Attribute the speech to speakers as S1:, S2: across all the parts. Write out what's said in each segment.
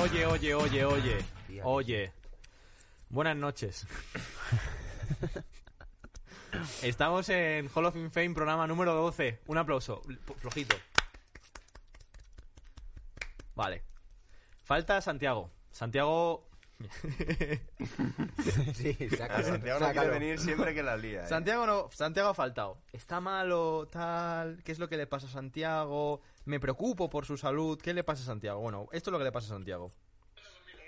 S1: Oye, oye, oye, oye, oye. Oye. Buenas noches. Estamos en Hall of Fame, programa número 12. Un aplauso. P- Flojito. Vale. Falta Santiago. Santiago.
S2: Sí,
S3: Claro,
S2: sácalo.
S3: Santiago no quiere
S2: sácalo.
S3: venir siempre que la lía. ¿eh?
S1: Santiago no. Santiago ha faltado. Está malo, tal. ¿Qué es lo que le pasa a Santiago? Me preocupo por su salud. ¿Qué le pasa a Santiago? Bueno, esto es lo que le pasa a Santiago.
S4: Eh,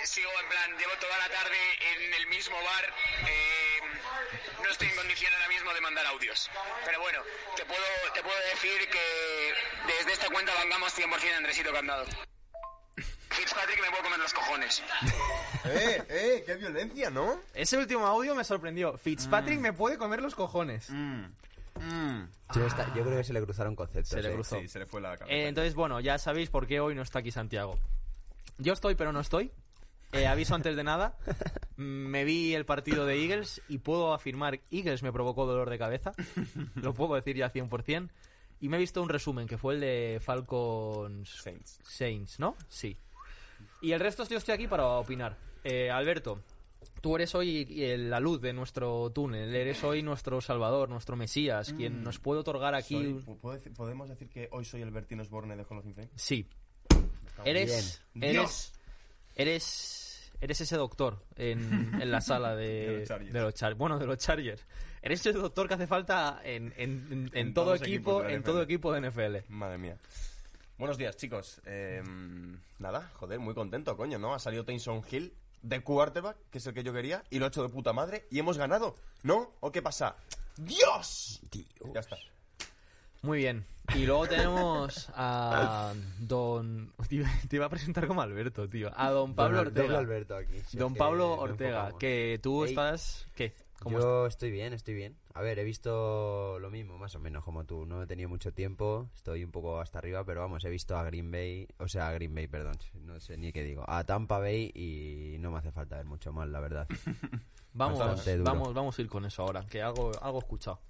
S4: eh, sigo en plan, llevo toda la tarde en el mismo bar. eh, no estoy en condición ahora mismo de mandar audios. Pero bueno, te puedo, te puedo decir que desde esta cuenta vengamos 100% Andresito Candado. Fitzpatrick me puedo comer los cojones.
S3: ¡Eh, eh! ¡Qué violencia, ¿no?
S1: Ese último audio me sorprendió. Fitzpatrick me puede comer los
S3: Mm.
S1: cojones.
S2: Yo, esta- yo creo que se le cruzaron conceptos.
S1: Se le
S2: eh.
S1: cruzó.
S3: Sí, se le fue la cabeza.
S1: Eh, entonces, bueno, ya sabéis por qué hoy no está aquí Santiago. Yo estoy, pero no estoy. Eh, aviso antes de nada. Mm, Me vi el partido de Eagles y puedo afirmar, Eagles me provocó dolor de cabeza. Lo puedo decir ya 100%. Y me he visto un resumen, que fue el de Falcons
S3: Saints.
S1: Saints, ¿no? Sí. Y el resto yo estoy aquí para opinar. Eh, Alberto, tú eres hoy el- la luz de nuestro túnel, eres hoy nuestro salvador, nuestro mesías, quien nos puede otorgar aquí...
S5: Soy-
S1: un-
S5: ¿pu- puedo decir- ¿Podemos decir que hoy soy el Bertino Osborne de Hall of Fame?
S1: Sí. Eres,
S5: Bien.
S1: eres, eres, eres ese doctor en, en la sala de,
S3: De los Chargers.
S1: de los Char- bueno, de los Chargers. Eres ese doctor que hace falta en, en- en- en
S3: En
S1: todo
S3: todos los
S1: equipo,
S3: equipos de la
S1: en todo
S3: NFL.
S1: equipo de NFL.
S3: Madre mía. Buenos días, chicos. Eh, nada, joder, muy contento, coño, ¿no? Ha salido Tyson Hill de quarterback, que es el que yo quería, y lo he hecho de puta madre, y hemos ganado, ¿no? ¿O qué pasa? ¡Dios!
S2: Tío.
S3: Ya está.
S1: Muy bien. Y luego tenemos a don... Te iba, te iba a presentar como Alberto, tío. A don Pablo
S2: Doble- doble
S1: Ortega.
S2: Alberto aquí. si
S1: don
S2: es que
S1: Pablo
S2: no
S1: Ortega,
S2: enfocamos.
S1: que tú
S2: Ey.
S1: estás... ¿Qué? ¿Cómo estás?
S2: Yo estoy bien, estoy bien. A ver, he visto lo mismo, más o menos como tú. No he tenido mucho tiempo, estoy un poco hasta arriba, pero vamos, he visto a Green Bay, o sea, a Green Bay, perdón, no sé ni qué digo, a Tampa Bay y no me hace falta ver mucho más, la verdad.
S1: Vamos,
S2: Bastante duro.
S1: vamos, vamos a ir con eso ahora, que algo, algo he escuchado.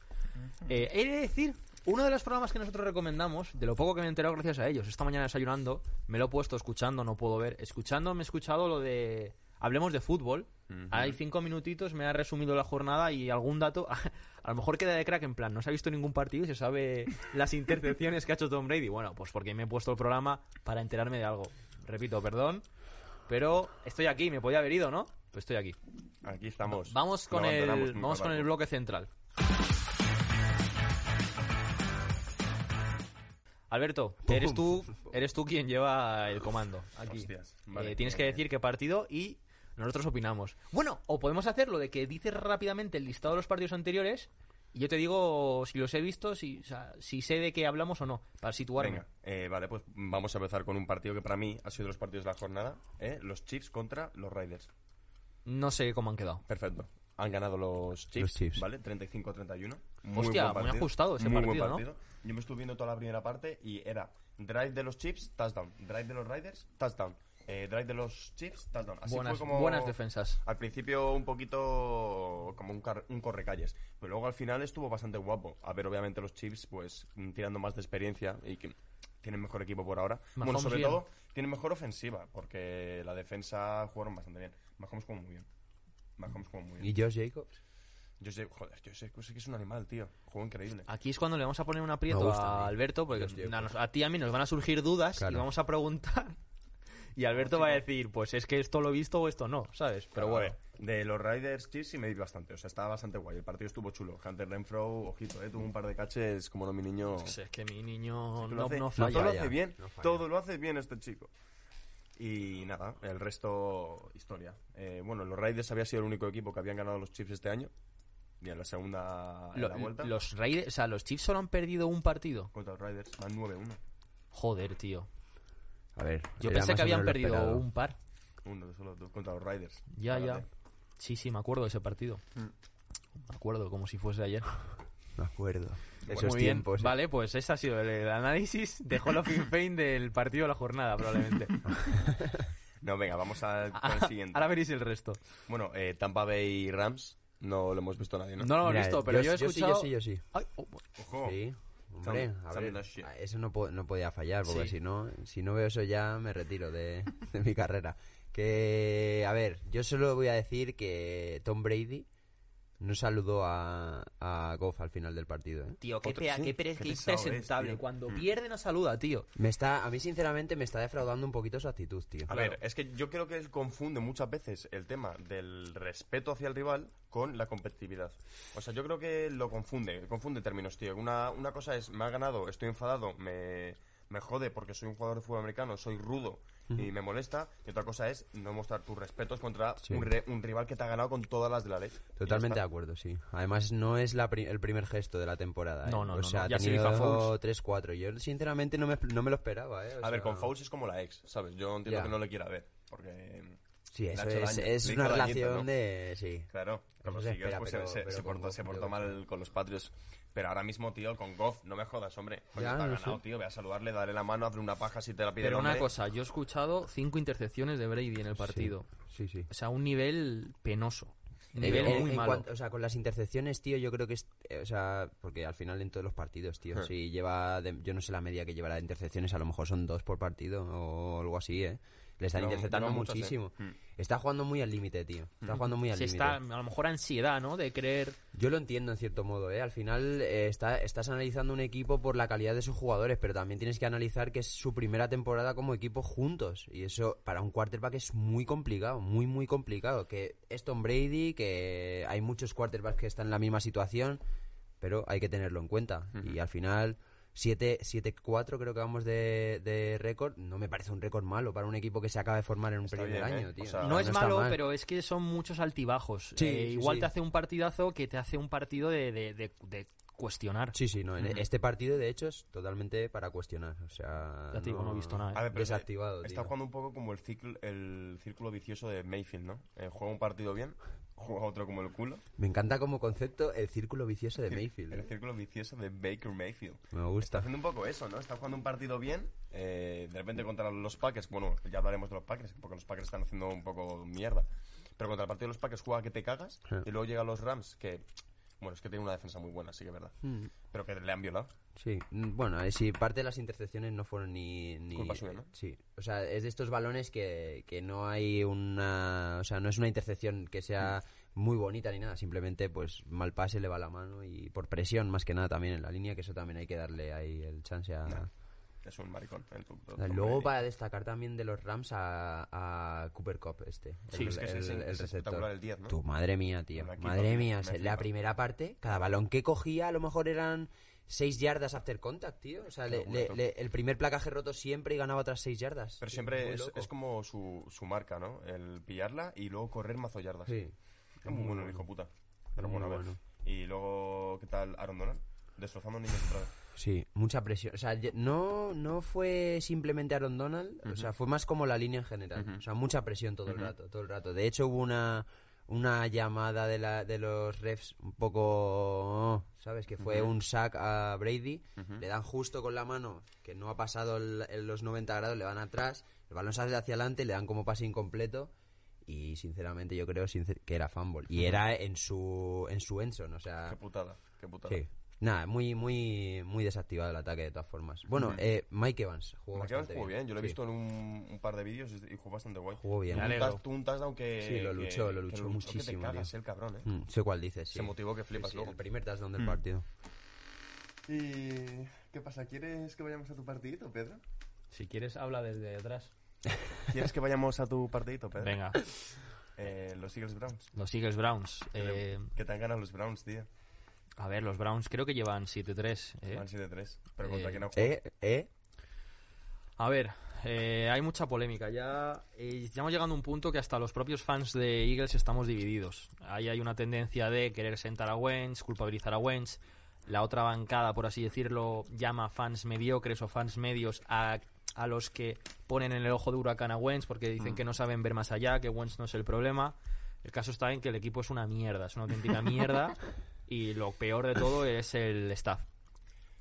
S1: Eh, he de decir, uno de los programas que nosotros recomendamos, de lo poco que me he enterado gracias a ellos, esta mañana desayunando, me lo he puesto escuchando, no puedo ver. Escuchando, me he escuchado lo de. Hablemos de fútbol. Hay cinco minutitos, me ha resumido la jornada y algún dato. A lo mejor queda de crack en plan, no se ha visto ningún partido y se sabe las intercepciones que ha hecho Tom Brady. Bueno, pues porque me he puesto el programa para enterarme de algo. Repito, perdón, pero estoy aquí, me podía haber ido, ¿no? Pues estoy aquí.
S3: Aquí estamos.
S1: Vamos con,
S3: No abandonamos
S1: el,
S3: nunca,
S1: vamos con el
S3: Paco.
S1: bloque central. Alberto, eres tú, eres tú quien lleva el comando aquí.
S3: Hostias,
S1: Eh,
S3: vale.
S1: tienes que decir qué partido y nosotros opinamos. Bueno, o podemos hacer lo de que dices rápidamente el listado de los partidos anteriores y yo te digo si los he visto, si, o sea, si sé de qué hablamos o no, para situarme.
S3: Venga, eh, vale, pues vamos a empezar con un partido que para mí ha sido de los partidos de la jornada, ¿eh? Los Chiefs contra los Raiders.
S1: No sé cómo han quedado.
S3: Perfecto. Han ganado los Chiefs,
S2: Los Chiefs.
S3: ¿vale?
S1: Hostia,
S3: 35-31. buen
S1: muy
S3: partido.
S1: ajustado ese
S3: Muy buen
S1: partido, ¿no?
S3: Yo me estuve viendo toda la primera parte y era drive de los Chiefs, touchdown. Drive de los Riders, touchdown. Eh, drive de los Chiefs, touchdown. Así
S1: Buenas,
S3: fue como...
S1: buenas defensas.
S3: Al principio un poquito como un, car- un correcalles, pero luego al final estuvo bastante guapo. A ver, obviamente los Chiefs, pues mm, tirando más de experiencia y que tienen mejor equipo por ahora. bueno,
S1: Mahomes
S3: sobre
S1: bien.
S3: todo tienen mejor ofensiva, porque la defensa jugaron bastante bien. Mahomes jugó muy bien. Mahomes jugó muy
S2: ¿Y
S3: bien.
S2: Josh Jacobs?
S3: Yo sé, joder, yo sé, sé que es un animal, tío. Juego increíble.
S1: Aquí es cuando le vamos a poner un aprieto
S2: Me gusta,
S1: a
S2: tío.
S1: Alberto, porque
S2: Dios, tío.
S1: a, nos- a ti y a mí nos van a surgir dudas y
S2: Claro.
S1: vamos a preguntar. Y Alberto va a decir, pues es que esto lo he visto o esto no, ¿sabes? Pero
S3: A
S1: bueno.
S3: ver, De los Riders Chiefs sí me di bastante, o sea, estaba bastante guay. El partido estuvo chulo. Hunter Renfro, ojito, eh, tuvo un par de caches como no mi niño.
S1: Pues es que mi niño
S3: Lo
S1: no,
S3: hace-
S1: no
S3: todo
S1: falla.
S3: lo
S2: ya,
S3: hace bien,
S2: no falla.
S3: todo lo hace bien este chico. Y nada, el resto, historia. Eh, bueno, los Raiders había sido el único equipo que habían ganado los Chiefs este año. Y en la segunda en
S1: Lo-
S3: la vuelta,
S1: los Raiders, o sea, los Chiefs solo han perdido un partido.
S3: contra los Raiders, van 9-1.
S1: Joder, tío.
S2: A ver,
S1: Yo pensé
S2: era
S1: que
S2: más o menos
S1: habían
S2: lo
S1: perdido
S2: esperado.
S1: un par.
S3: Uno de solo dos contra los Raiders.
S1: Ya, ya.
S3: Espérate.
S1: Sí, sí, me acuerdo de ese partido.
S2: Mm.
S1: Me acuerdo como si fuese ayer. Pues
S2: Me acuerdo. Esos
S1: Muy bien.
S2: tiempos, eh.
S1: Vale, pues ese ha sido el, el análisis de Hall of Fame del partido de la jornada, probablemente.
S3: No, venga, vamos al, con el siguiente.
S1: Ah, Ahora veréis el resto.
S3: Bueno, eh, Tampa Bay Rams, no lo hemos visto nadie, ¿no?
S1: No lo hemos
S2: Mira,
S1: visto, pero yo,
S2: yo-
S1: he
S2: yo sí,
S1: escuchado.
S2: yo sí, yo sí.
S1: Ay, oh,
S3: Ojo.
S2: Sí. Hombre,
S5: Some-
S2: a
S5: some
S2: ver,
S5: no shit.
S2: eso no, po- no podía fallar, porque
S5: Sí.
S2: si no si no veo eso ya me retiro de, de mi carrera. Que, a ver, yo solo voy a decir que Tom Brady no saludó a, a Goff al final del partido. ¿eh?
S1: Tío, qué,
S3: Otro-
S1: pea,
S3: sí,
S1: qué pereza,
S5: qué
S1: qué
S5: pesado es,
S1: impresentable.
S5: tío.
S1: Cuando
S2: Mm.
S1: pierde no saluda, tío.
S2: Me está, a mí, sinceramente, me está defraudando un poquito su actitud, tío.
S3: A ver, es que yo creo que él confunde muchas veces el tema del respeto hacia el rival con la competitividad. O sea, yo creo que lo confunde, confunde términos, tío. Una, una cosa es, me ha ganado, estoy enfadado, me, me jode porque soy un jugador de fútbol americano, soy rudo y me molesta. Y otra cosa es no mostrar tus respetos contra
S2: Sí.
S3: un, re- un rival que te ha ganado con todas las de la ley. Y ya
S2: Totalmente de
S3: está.
S2: acuerdo, sí. Además, no es la pri- el primer gesto de la temporada. ¿eh?
S1: No, no,
S2: o
S1: no,
S2: sea,
S1: no.
S2: ha
S1: Ya se hizo a
S2: tenido
S1: Foles.
S2: 3-4. Yo, sinceramente, no me, no me lo esperaba. ¿eh? O
S3: A ver,
S2: sea,
S3: con Fouls es como la ex, ¿sabes? Yo entiendo
S2: Ya.
S3: que no le quiera ver, porque...
S2: Sí,
S3: le ha
S2: eso
S3: hecho
S2: es,
S3: daño.
S2: es
S3: Le hizo
S2: una
S3: dañito,
S2: relación
S3: ¿no?
S2: de. Sí.
S3: Claro, como
S2: se
S3: si
S2: espera,
S3: después
S2: pero-
S3: se, se
S2: pero con
S3: portó,
S2: Goff
S3: se
S2: yo
S3: portó
S2: creo
S3: mal con los Patriots. Pero ahora mismo, tío, con Goff, no me jodas, hombre. Coño,
S2: Ya,
S3: te ha
S2: no
S3: ganado,
S2: sé.
S3: tío. Ve a saludarle, daré la mano, hazle una paja si te la pide
S1: Pero
S3: el
S1: una
S3: hombre.
S1: cosa, yo he escuchado cinco intercepciones de Brady en el partido.
S2: Sí, sí.
S1: O sea, un nivel penoso. Un
S2: En-
S1: nivel
S2: en-
S1: muy
S2: en
S1: malo.
S2: cuanto- o sea, con las intercepciones, tío, yo creo que es, eh, o sea, porque al final en todos los partidos, tío,
S3: Sí.
S2: si lleva, de- yo no sé la media que llevará de intercepciones, a lo mejor son dos por partido o algo así, ¿eh? Le están
S3: No,
S2: interceptando
S3: no muchas, ¿eh?
S2: muchísimo.
S3: Mm.
S2: Está jugando muy al límite, tío. Está jugando muy al
S1: Se
S2: límite.
S1: Hmm. está, a lo mejor, ansiedad, ¿no? De creer.
S2: Yo lo entiendo en cierto modo, ¿eh? Al final eh, está, estás analizando un equipo por la calidad de sus jugadores, pero también tienes que analizar que es su primera temporada como equipo juntos. Y eso para un quarterback es muy complicado, muy, muy complicado. Que es Tom Brady, que hay muchos quarterbacks que están en la misma situación, pero hay que tenerlo en cuenta. Y al final, 7-4 creo que vamos de, de récord, no me parece un récord malo para un equipo que se acaba de formar en un
S3: Está
S2: primer
S3: bien, ¿eh?
S2: año,
S3: O
S2: tío.
S3: sea,
S1: no
S3: no
S1: es
S2: Ah, está
S1: malo,
S2: mal.
S1: pero es que son muchos altibajos.
S2: Sí,
S1: Eh,
S2: sí,
S1: igual
S2: sí.
S1: te hace un partidazo que te hace un partido de, de- de- de cuestionar.
S2: Sí, sí, no. en Este partido, de hecho, es totalmente para cuestionar. O sea.
S1: Ya te digo, no he visto nada, ¿eh?
S3: A ver, pero
S2: Desactivado,
S3: Está
S2: tío.
S3: jugando un poco como el, ciclo, el círculo vicioso de Mayfield, ¿no? Eh, juega un partido bien, juega otro como el culo.
S2: Me encanta como concepto el círculo vicioso de Mayfield.
S3: El
S2: ¿eh?
S3: círculo vicioso de Baker Mayfield.
S2: Me
S3: Está
S2: gusta.
S3: haciendo un poco eso, ¿no? Está jugando un partido bien. eh, de repente contra los Packers. Bueno, ya hablaremos de los Packers, porque los Packers están haciendo un poco mierda. Pero contra el partido de los Packers juega que te cagas.
S2: Sí.
S3: Y luego llegan los Rams, que. Bueno, es que tiene una defensa muy buena, sí que es verdad.
S2: Mm,
S3: Pero que le han violado.
S2: Sí, Mm, bueno, eh, sí, parte de las intercepciones no fueron ni... ni-
S3: Culpa suya, ¿no?
S2: Sí, o sea, es de estos balones que, que no hay una... O sea, no es una intercepción que sea
S3: Mm.
S2: muy bonita ni nada, simplemente pues mal pase le va la mano y por presión más que nada también en la línea, que eso también hay que darle ahí el chance a...
S3: Nah. Es un maricón. El Tom Brady.
S2: Luego para destacar también de los Rams a, a Cooper Cup este.
S1: Sí,
S2: el,
S1: es
S3: que es-
S2: el-
S3: es-
S2: el
S3: es
S2: receptor.
S3: espectacular el 10, ¿no?
S2: Tu madre mía, tío.
S3: Aquí
S2: madre
S3: me-
S2: mía.
S3: me
S2: se- la
S3: flipa.
S2: primera parte, cada balón que cogía a lo mejor eran 6 yardas after contact, tío. O sea, le-
S3: locura,
S2: le-
S3: tú.
S2: le- el primer placaje roto siempre y ganaba otras 6 yardas.
S3: Pero
S2: Tío,
S3: siempre
S2: muy
S3: es,
S2: loco.
S3: es como su, su marca, ¿no? El pillarla y luego correr mazo yardas.
S2: Sí.
S3: Es muy bueno el hijo puta. Pero
S2: Muy
S3: bueno, a ver.
S2: bueno.
S3: Y luego, ¿qué tal Aaron Donald? Destrozando niños otra vez.
S2: Sí, mucha presión. O sea, ye- no, no fue simplemente Aaron Donald, o sea, fue más como la línea en general. O sea, mucha presión todo el rato, todo el rato. De hecho, hubo una, una llamada de, la, de los refs un poco, ¿sabes? Que fue un sack a Brady, le dan justo con la mano, que no ha pasado el- el- los 90 grados, le van atrás, el balón sale hacia adelante, le dan como pase incompleto. Y sinceramente yo creo sincer- que era fumble. Y era en su en su Enson, o sea...
S3: Qué putada, qué putada.
S2: Ah. Sí. Nada, muy, muy, muy desactivado el ataque de todas formas. Bueno, eh, Mike Evans jugó
S3: Mm. Mike Evans
S2: bastante
S3: jugó bien, yo lo he
S2: Sí,
S3: visto en un, un par de vídeos y jugó bastante guay.
S2: Jugó bien.
S3: Tuvo
S1: Me
S3: Un,
S1: alegro.
S3: touch- tuvo un touchdown que.
S2: Sí, lo
S3: que-
S2: luchó, lo
S3: que
S2: luchó
S3: Que
S2: muchísimo,
S3: te cagas,
S2: tío.
S3: el cabrón, eh.
S2: Mm, sé cuál dices, sí.
S3: Se motivó que
S2: Sí,
S3: flipas Mm.
S2: sí,
S3: luego.
S2: el primer touchdown del partido.
S5: ¿Y qué pasa? ¿Quieres que vayamos a tu partidito, Pedro?
S1: Si quieres, habla desde atrás.
S5: ¿Quieres que vayamos a tu partidito, Pedro?
S1: Venga,
S3: Eh, los Eagles Browns.
S1: los Eagles Browns. eh,
S3: Que te han ganado los Browns, tío.
S1: a ver, los Browns creo que llevan 7-3. ¿eh?
S3: Van 7-3. Pero contra
S1: Eh,
S3: quién ha jugado.
S2: ¿Eh? ¿Eh?
S1: A ver, eh, hay mucha polémica. Ya eh, estamos llegando a un punto que hasta los propios fans de Eagles estamos divididos. Ahí hay una tendencia de querer sentar a Wentz, culpabilizar a Wentz. La otra bancada, por así decirlo, llama fans mediocres o fans medios a, a los que ponen en el ojo de huracán a Wentz porque dicen que no saben ver más allá, que Wentz no es el problema. El caso está en que el equipo es una mierda, es una auténtica mierda. Y lo peor de todo es el staff.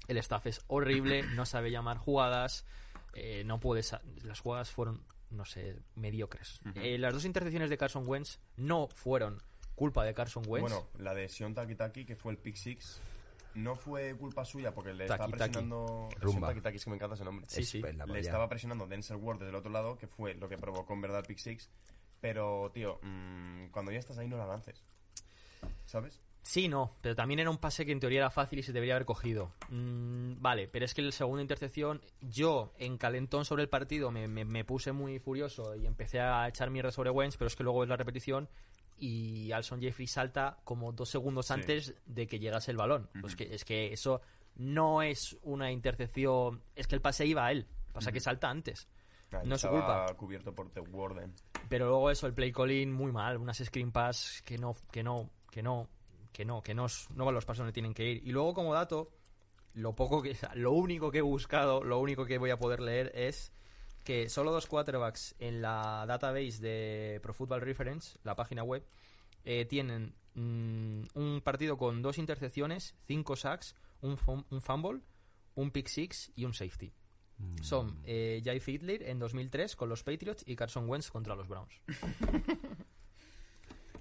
S1: El staff es horrible, no sabe llamar jugadas, eh, no puede sa- las jugadas fueron, no sé, mediocres. Eh, las dos intercepciones de Carson Wentz no fueron culpa de Carson Wentz.
S3: Bueno, la de Sion Taki Taki, que fue el pick 6. no fue culpa suya porque le
S1: Taki,
S3: estaba
S1: taki.
S3: presionando.
S2: Rumba.
S3: Es un taki, taki, es que me encanta ese nombre.
S1: Sí,
S2: Es-
S1: sí.
S2: es la
S3: le
S2: polla.
S3: estaba presionando Denzel Ward desde el otro lado, que fue lo que provocó en verdad el Pick Six. Pero, tío, mm, cuando ya estás ahí no la lances. ¿Sabes?
S1: Sí, no, pero también era un pase que en teoría era fácil y se debería haber cogido. Mm, vale, pero es que la segunda intercepción, yo en calentón sobre el partido me, me- me puse muy furioso y empecé a echar mierda sobre Wentz, pero es que luego ves la repetición y Alson Jeffrey salta como dos segundos
S3: Sí.
S1: antes de que llegase el balón. Pues que, es que eso no es una intercepción, es que el pase iba a él, pasa que salta antes.
S3: Ahí
S1: No es su
S3: estaba
S1: culpa.
S3: cubierto por The Warden.
S1: Pero luego eso, el play calling muy mal, unas screen pass que no, que no, que no, que no, que no, s- no van los pasos donde tienen que ir. Y luego como dato, lo poco que, o sea, lo único que he buscado, lo único que voy a poder leer es que solo dos quarterbacks en la database de Pro Football Reference, la página web, eh, tienen mm, un partido con dos intercepciones, cinco sacks, un, fum- un fumble, un pick six y un safety.
S2: Mm.
S1: Son eh, Jay Fiedler en 2003 con los Patriots y Carson Wentz contra los Browns.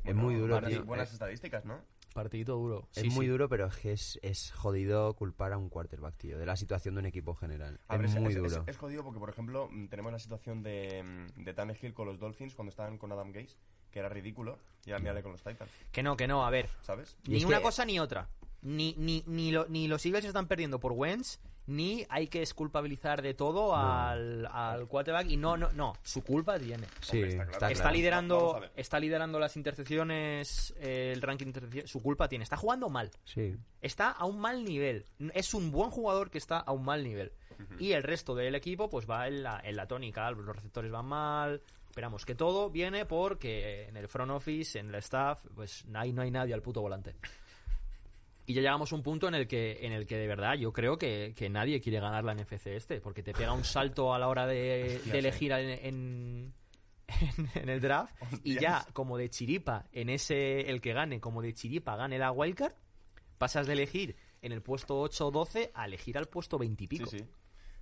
S2: Es muy duro,
S3: Buenas,
S2: tío.
S3: buenas
S2: Eh,
S3: estadísticas, ¿no?
S1: Partidito duro.
S2: Es muy duro, pero es que es, es jodido culpar a un quarterback, tío, de la situación de un equipo en general.
S3: A ver,
S2: es muy
S3: es-
S2: duro.
S3: es jodido porque, por ejemplo, mm, tenemos la situación de, mm, de Tannehill con los Dolphins cuando estaban con Adam Gaze, que era ridículo, y ahora mírale con los Titans,
S1: Que no, que no, a ver.
S3: ¿sabes?
S2: Y
S1: Ni
S2: es
S1: una
S2: que-
S1: cosa ni otra. Ni, ni, ni, lo- ni los Eagles están perdiendo por Wentz, ni hay que culpabilizar de todo al, al quarterback. Y no, no, no. Su culpa tiene.
S2: Sí,
S3: Hombre, está claro.
S2: está
S1: Está
S2: claro.
S3: Ah, Vamos a
S1: liderando,
S3: ver.
S1: está liderando las intercepciones, eh, el ranking de intercepciones. Su culpa tiene. Está jugando mal.
S2: Sí.
S1: Está a un mal nivel. Es un buen jugador que está a un mal nivel. Y el resto del equipo, pues va en la, en la tónica. Los receptores van mal. Esperamos que todo viene porque en el front office, en el staff, pues ahí no hay nadie al puto volante. Y ya llegamos a un punto en el que, en el que de verdad yo creo que, que nadie quiere ganar la NFC este, porque te pega un salto a la hora de, de elegir en, en, en- en el draft y ya como de chiripa en ese el que gane, como de chiripa gane la wildcard, pasas de elegir en el puesto 8 o 12 a elegir al puesto 20 y pico.
S3: Sí, sí.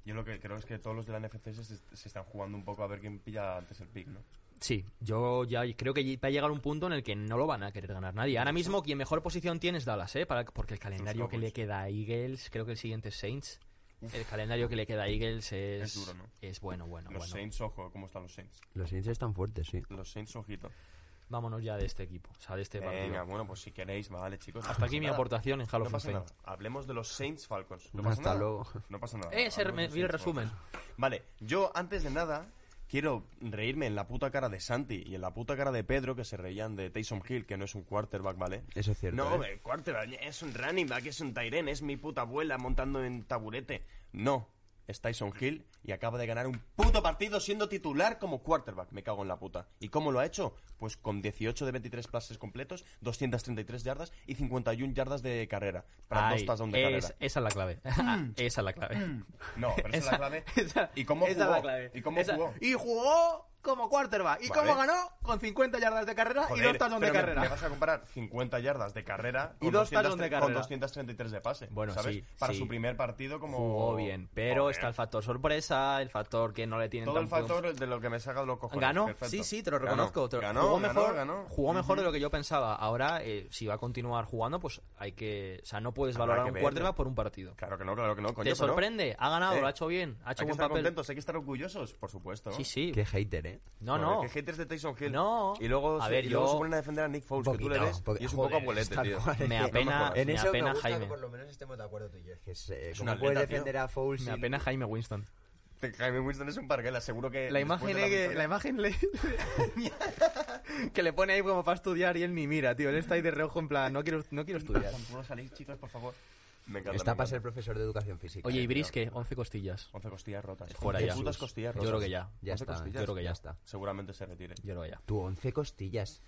S3: Yo lo que creo es que todos los de la NFC se, se están jugando un poco a ver quién pilla antes el pick, ¿no?
S1: Sí, yo ya creo que va a llegar un punto en el que no lo van a querer ganar nadie. Ahora mismo quien mejor posición tiene es Dallas, ¿eh? Para- porque el calendario que
S3: Cowboys.
S1: le queda a Eagles, creo que el siguiente es Saints. El calendario que le queda a Eagles es,
S3: Es duro, ¿no?
S1: es bueno, bueno,
S3: los
S1: Ah, bueno.
S3: Saints, ojo, ¿cómo están los Saints?
S2: Los Saints están fuertes, sí.
S3: Los Saints, ojito.
S1: Vámonos ya de este equipo, o sea, de este partido.
S3: Venga, bueno, pues si queréis, vale, chicos. no
S1: Hasta
S3: pasa
S1: aquí mi
S3: nada.
S1: aportación en Halo
S3: No
S1: of
S3: pasa
S1: Fame.
S3: nada. Hablemos de los Saints Falcons. No
S2: Mm,
S3: pasa
S2: hasta
S3: nada.
S2: luego.
S3: No pasa nada.
S1: Eh, ser,
S3: Hablemos de
S1: vi el
S3: Saints
S1: resumen.
S3: Falcons. Vale, yo antes de nada quiero reírme en la puta cara de Santi y en la puta cara de Pedro que se reían de Taysom Hill, que no es un quarterback, ¿vale?
S2: Eso es cierto,
S3: No,
S2: ¿eh?
S3: el quarterback es un running back, es un Tyren, es mi puta abuela montando en taburete. No, es Tyson Hill y acaba de ganar un puto partido siendo titular como quarterback. Me cago en la puta. ¿Y cómo lo ha hecho? Pues con 18 de 23 pases completos, 233 yardas y 51 yardas de carrera. Para
S1: Ay,
S3: dos touchdowns de
S1: es-
S3: carrera.
S1: esa es la clave. esa es la clave.
S3: No, pero esa es la clave.
S1: Esa-
S3: ¿Y cómo
S1: esa es la
S3: jugó?
S1: clave.
S3: ¿Y cómo
S1: Esa-
S3: jugó?
S1: Y jugó como quarterback. ¿Y
S3: Vale.
S1: cómo ganó? Con 50 yardas de carrera y dos touchdowns de
S3: pero me-
S1: carrera.
S3: Me, vas a comparar 50 yardas de carrera
S1: Y
S3: con
S1: dos touchdowns
S3: 200
S1: de carrera.
S3: con 233 de pase.
S1: Bueno,
S3: ¿sabes?
S1: sí,
S3: Para
S1: sí.
S3: su primer partido como...
S1: Jugó bien, pero
S3: Oh, Joder.
S1: está el factor sorpresa, el factor que no le tienen
S3: Todo el
S1: tanto-
S3: factor de lo que me saca de los cojones.
S1: Ganó,
S3: perfecto.
S1: sí, sí, te lo
S3: Ganó,
S1: reconozco. te lo-
S3: Ganó,
S1: jugó
S3: ganó,
S1: mejor,
S3: ganó.
S1: Jugó mejor de lo que yo pensaba. Ahora, eh, si va a continuar jugando, pues hay que. O sea, no puedes
S3: Habrá
S1: valorar
S3: que
S1: un
S3: verle.
S1: quarterback por un partido.
S3: Claro que no, claro que no, coño.
S1: ¿Te
S3: pero
S1: sorprende? Ha ganado,
S3: Eh,
S1: lo ha hecho bien, ha hecho
S3: hay que
S1: buen
S3: estar
S1: papel.
S3: contentos, hay que estar orgullosos, por supuesto.
S1: Sí, sí.
S2: Qué hater, ¿eh.
S1: No,
S3: Joder,
S1: no.
S3: Que haters de Tyson Hill.
S1: No.
S3: Y luego,
S1: A
S3: se,
S1: ver,
S3: y luego
S1: yo-
S3: se ponen a defender a Nick Foles,
S2: Poquito,
S3: que tú le
S1: ¿eh?
S3: ves,
S2: poqui-
S3: y es un
S2: joder,
S3: poco abuelete,
S2: tal
S3: tío.
S2: cual.
S1: Me
S2: No
S1: apena-
S3: jodas.
S2: En
S1: me
S2: eso
S1: apena
S2: me gusta
S1: Jaime.
S2: que por lo menos estemos de acuerdo tú y yo. Es que es, eh,
S3: Es
S2: como
S3: una
S2: puedes
S3: atleta, tío.
S2: defender a Fouls
S1: Me
S2: y-
S1: apena Jaime Winston.
S3: Te- Jaime Winston es un parguela, seguro que...
S1: La
S3: después
S1: imagen,
S3: de
S1: eh, que,
S3: victoria-
S1: la imagen le, que le pone ahí como para estudiar y él ni mira, tío. Él está ahí de reojo en plan, no quiero, no quiero estudiar.
S3: ¿Puedo salir, chicos, por favor? Me encanta.
S2: Está
S3: me
S2: para
S3: encanta.
S2: ser profesor de educación física.
S1: Oye,
S2: eh,
S1: y
S2: tío.
S1: Brisque, 11 costillas.
S3: 11 costillas rotas.
S1: Fuera
S3: 11
S1: ya.
S3: putas costillas
S1: Yo
S3: rotas.
S1: creo que ya.
S2: Ya
S3: 11
S2: está, ¿eh?
S3: costillas.
S1: Yo creo que ya está.
S3: Seguramente se retire.
S1: Yo creo que ya.
S2: Tú, 11 costillas.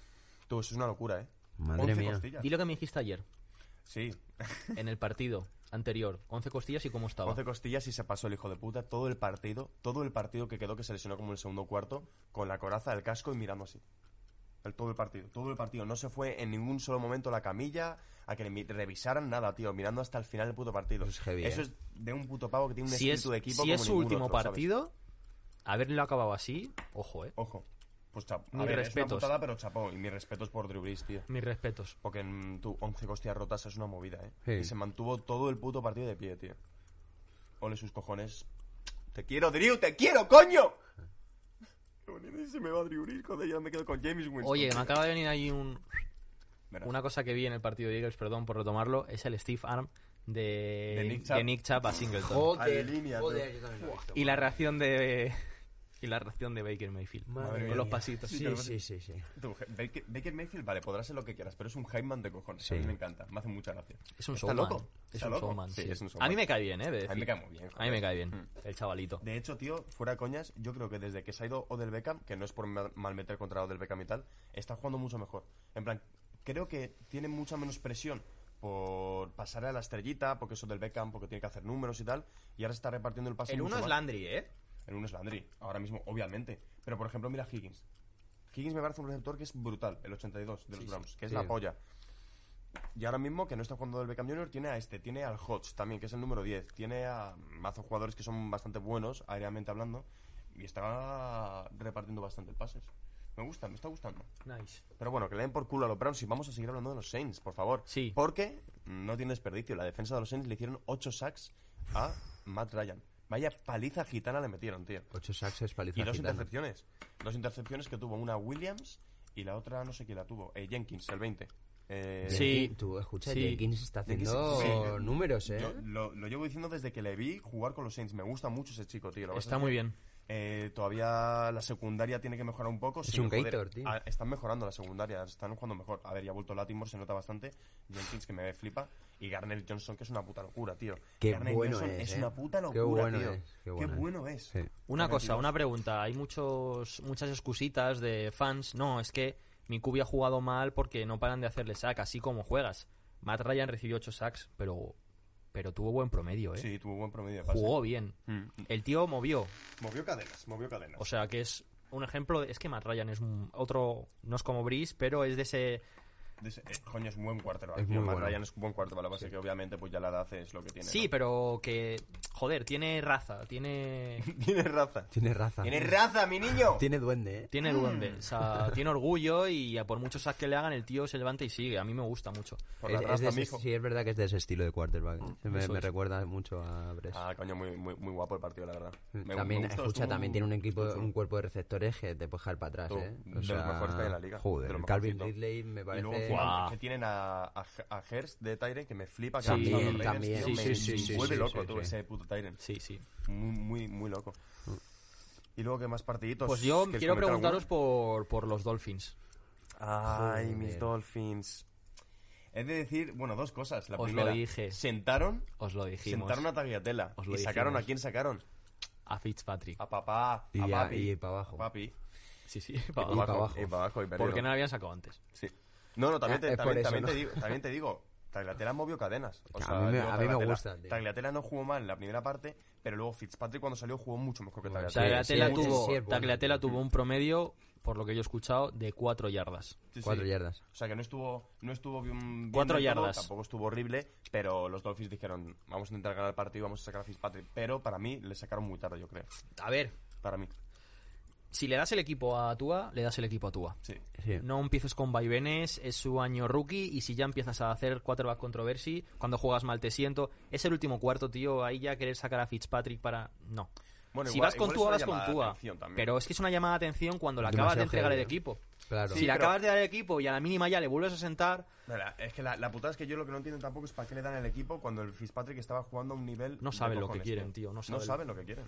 S3: Tú, eso es una locura, ¿eh?
S2: Madre
S3: 11
S2: mía.
S3: costillas.
S1: Di lo que me dijiste ayer,
S3: Sí,
S1: en el partido anterior. 11 costillas y cómo estaba.
S3: 11 costillas y se pasó el hijo de puta todo el partido, todo el partido que quedó que se lesionó como en el segundo cuarto, con la coraza, el casco y mirando así. El, todo el partido, todo el partido. No se fue en ningún solo momento a la camilla, a que le mi- revisaran nada, tío, mirando hasta el final del puto partido.
S2: Eso es heavy,
S3: Eso
S2: eh.
S3: es de un puto pavo que tiene un
S1: si es,
S3: espíritu de equipo.
S1: si
S3: como
S1: es su
S3: ningún
S1: último
S3: otro, ¿sabes?
S1: partido, haberlo acabado así, ojo, eh.
S3: Ojo. Pues chapó.
S1: Mis respetos.
S3: putada, pero chapó. Y mis respetos por Drew Brees, tío.
S1: Mis respetos.
S3: Porque en tu 11 costillas rotas es una movida, ¿eh?
S2: Sí.
S3: Y se mantuvo todo el puto partido de pie, tío. Ole sus cojones. ¡Te quiero, Drew! ¡Te quiero, coño! Qué bonito, y se me va Drew Brees, joder, ya me quedo con James Winston.
S1: Oye, me acaba de venir ahí un,
S3: Verás.
S1: una cosa que vi en el partido de Eagles, perdón por retomarlo, es el Steve Arm de,
S3: De Nick Chubb.
S1: Chubb a Singleton.
S3: Joder, joder,
S2: yo también lo he visto.
S1: Y la reacción de y la reacción de Baker Mayfield.
S2: Madre
S1: con
S2: mía.
S1: los pasitos.
S2: Sí, sí, sí, sí.
S3: Tú, He- Baker, Baker Mayfield, vale, podrá ser lo que quieras, pero es un Hyman de cojones.
S2: Sí.
S3: A mí me encanta, me hace mucha gracia.
S1: Es un
S3: Está
S1: showman.
S3: loco,
S1: Es
S3: está
S1: un
S3: loco.
S1: showman,
S3: Sí,
S1: sí.
S3: es un showman.
S1: A mí me cae bien, eh. de
S3: A mí
S1: decir.
S3: me cae muy bien, joder.
S1: A mí me cae bien.
S3: Mm.
S1: El chavalito.
S3: De hecho, tío, fuera coñas, yo creo que desde que se ha ido Odell Beckham, que no es por mal mal meter contra Odell Beckham y tal, está jugando mucho mejor. En plan, creo que tiene mucha menos presión por pasar a la estrellita, porque es Odell Beckham, porque tiene que hacer números y tal, y ahora se está repartiendo el pase
S1: El
S3: mucho
S1: uno es
S3: más.
S1: Landry, eh.
S3: El uno es Landry, ahora mismo, obviamente. Pero, por ejemplo, mira Higgins. Higgins me parece un receptor que es brutal, el 82 de los Browns, que es
S2: Sí.
S3: la polla. Y ahora mismo, que no está jugando del Beckham Jr., tiene a este, tiene al Hodge también, que es el número 10. Tiene a mazos jugadores que son bastante buenos, aéreamente hablando. Y está repartiendo bastante pases. Me gusta, me está gustando.
S1: Nice.
S3: Pero bueno, que le den por culo a los Browns y vamos a seguir hablando de los Saints, por favor.
S1: Sí.
S3: Porque no tiene desperdicio. La defensa de los Saints le hicieron 8 sacks a Matt Ryan. Vaya paliza gitana le metieron, tío.
S2: Ocho sacks es paliza
S3: Y dos
S2: gitana.
S3: intercepciones. Dos intercepciones que tuvo una Williams y la otra no sé quién la tuvo. Eh, Jenkins, el 20. Eh,
S1: Sí.
S2: Jenkins, Tú, escucha,
S1: Sí.
S2: Jenkins está
S3: Jenkins-
S2: haciendo
S3: sí.
S2: números, ¿eh?
S3: Yo lo, lo llevo diciendo desde que le vi jugar con los Saints. Me gusta mucho ese chico, tío. Lo que pasa
S1: Está
S3: es
S1: muy
S3: que,
S1: bien.
S3: eh, todavía la secundaria tiene que mejorar un poco.
S2: Es
S3: sí,
S2: un
S3: joder,
S2: Gator, tío.
S3: ah, están mejorando la secundaria, están jugando mejor. A ver, ya ha vuelto Latimore, se nota bastante. Jenkins, que me flipa. Y Garner Johnson, que es una puta locura, tío.
S2: Qué
S3: Garner
S2: bueno
S3: Johnson
S2: es,
S3: es
S2: eh.
S3: una puta
S2: Qué
S3: locura,
S2: bueno
S3: tío.
S2: es, qué
S3: Qué
S2: bueno es.
S3: bueno es.
S2: Sí.
S1: Una cosa,
S3: 32.
S1: una pregunta. Hay muchos, muchas excusitas de fans. No, es que mi cubi ha jugado mal porque no paran de hacerle sack, así como juegas. Matt Ryan recibió 8 sacks, pero, pero tuvo buen promedio, ¿eh?
S3: Sí, tuvo buen promedio de pase.
S1: Jugó bien.
S3: Mm.
S1: El tío movió.
S3: Movió cadenas, movió cadenas.
S1: O sea, que es un ejemplo. de- es que Matt Ryan es un, otro. No es como Breeze, pero es de ese.
S3: De ese- eh, coño, es un buen quarterback.
S2: Es
S3: tío.
S2: muy
S3: Matt
S2: bueno.
S3: Ryan es un buen quarterback. Lo que pasa es que obviamente pues ya la edad es lo que tiene.
S1: Sí, pero que. Joder, tiene raza, tiene.
S3: pero... Tiene raza.
S2: Tiene raza.
S3: Tiene raza, mi niño.
S2: Tiene duende, ¿eh?
S1: Tiene duende, o sea, tiene orgullo y a por muchos sacks que le hagan, el tío se levanta y sigue. A mí me gusta mucho.
S3: Por la
S2: Es- es
S3: raza,
S2: de ese-
S3: mijo.
S2: sí, es verdad que es de ese estilo de quarterback. Se Me,
S1: Mm, Eso
S2: me
S1: es.
S2: recuerda mucho a Bres.
S3: Ah, coño, muy, muy, muy guapo el partido, la verdad. Me-
S2: Mm, también,
S3: me gustó,
S2: escucha,
S3: estuvo-
S2: también tiene un equipo,
S3: estuvo chulo.
S2: un cuerpo de receptores que te puede dejar para atrás,
S3: Tú,
S2: ¿eh?
S3: de los mejores que hay en la liga, de
S2: Joder,
S3: los
S2: Calvin
S3: mejorcitos.
S2: Ridley me
S3: Y
S2: parece...
S3: luego encima,
S1: Guau.
S3: que tienen a, a, a Hertz de Tyren que me flipa. Que
S1: Sí,
S3: ha fichado a los
S2: también,
S3: Ravens, tío,
S1: sí,
S3: me-
S1: sí,
S3: me
S1: sí,
S3: vuelve
S2: sí,
S3: loco
S2: sí,
S3: tú,
S2: sí. Mm.
S3: ese puto Tyren.
S1: Sí, sí.
S3: Muy, muy, muy loco. Y luego, ¿qué más partiditos?
S1: Pues yo
S3: ¿Queréis
S1: quiero
S3: comentar alguno?
S1: preguntaros por, por los Dolphins.
S3: Ay, mis
S2: Joder.
S3: Dolphins. Es de decir, bueno, dos cosas. La
S1: Os lo
S3: primera,
S1: dije.
S3: sentaron,
S1: Os lo dijimos.
S3: sentaron a Tagliatella.
S1: Os
S3: Y
S1: lo
S3: sacaron
S1: dijimos.
S3: a quién sacaron.
S1: A Fitzpatrick.
S3: A Ah, papá,
S2: Y
S3: a
S2: a-
S3: papi.
S2: y para abajo.
S3: A papi.
S1: Sí, sí.
S3: Y
S1: para
S2: pa'
S1: abajo.
S2: abajo.
S3: Y para abajo, y perdieron.
S1: Porque no lo habían sacado antes.
S3: Sí. No, no, también,
S2: Ah,
S3: te,
S2: es
S3: también,
S2: por eso,
S3: también
S2: ¿no?
S3: te digo, también te digo, Tagliatella movió cadenas. O
S2: A
S3: sea,
S2: mí me-
S3: digo,
S2: a mí me
S3: Tagliatella-
S2: gusta, tío.
S3: Tagliatella no jugó mal en la primera parte, pero luego Fitzpatrick cuando salió jugó mucho mejor que
S2: Bueno,
S1: O sea,
S3: Tagliatella.
S2: sí,
S1: Tagliatella
S2: sí,
S1: tuvo,
S2: sí, es bueno.
S1: Tagliatella tuvo un promedio, por lo que yo he escuchado, de 4 yardas.
S3: Sí, sí.
S2: Cuatro yardas.
S3: O sea, que no estuvo, no estuvo bien, bien
S1: Cuatro
S3: del todo,
S1: yardas.
S3: tampoco estuvo horrible, pero los Dolphins dijeron, vamos a intentar ganar el partido, vamos a sacar a Fitzpatrick. Pero para mí, le sacaron muy tarde, yo creo.
S1: A ver,
S3: Para mí,
S1: si le das el equipo a Tua, le das el equipo a Tua.
S3: sí.
S2: Sí.
S1: No empieces con vaivenes, es su año rookie y si ya empiezas a hacer quarterback controversy, cuando juegas mal te siento, es el último cuarto, tío, ahí ya querer sacar a Fitzpatrick para... No.
S3: Bueno,
S1: si
S3: igual-
S1: vas con
S3: igual
S1: Tua,
S3: es
S1: vas con
S3: una llamada de
S1: Tua.
S3: atención también.
S1: Pero es que es una llamada de atención cuando le
S2: Demasiado
S1: acabas de entregar el
S2: heavy.
S1: equipo.
S2: Claro.
S1: si le
S3: pero-
S1: acabas de dar el equipo y a la mínima ya le vuelves a sentar,
S3: Mira, Es que la, la putada es que yo lo que no entiendo tampoco es para qué le dan el equipo cuando el Fitzpatrick estaba jugando a un nivel.
S1: No
S3: de
S1: saben lo
S3: cojones,
S1: que quieren, tío, no saben.
S3: lo que quieren.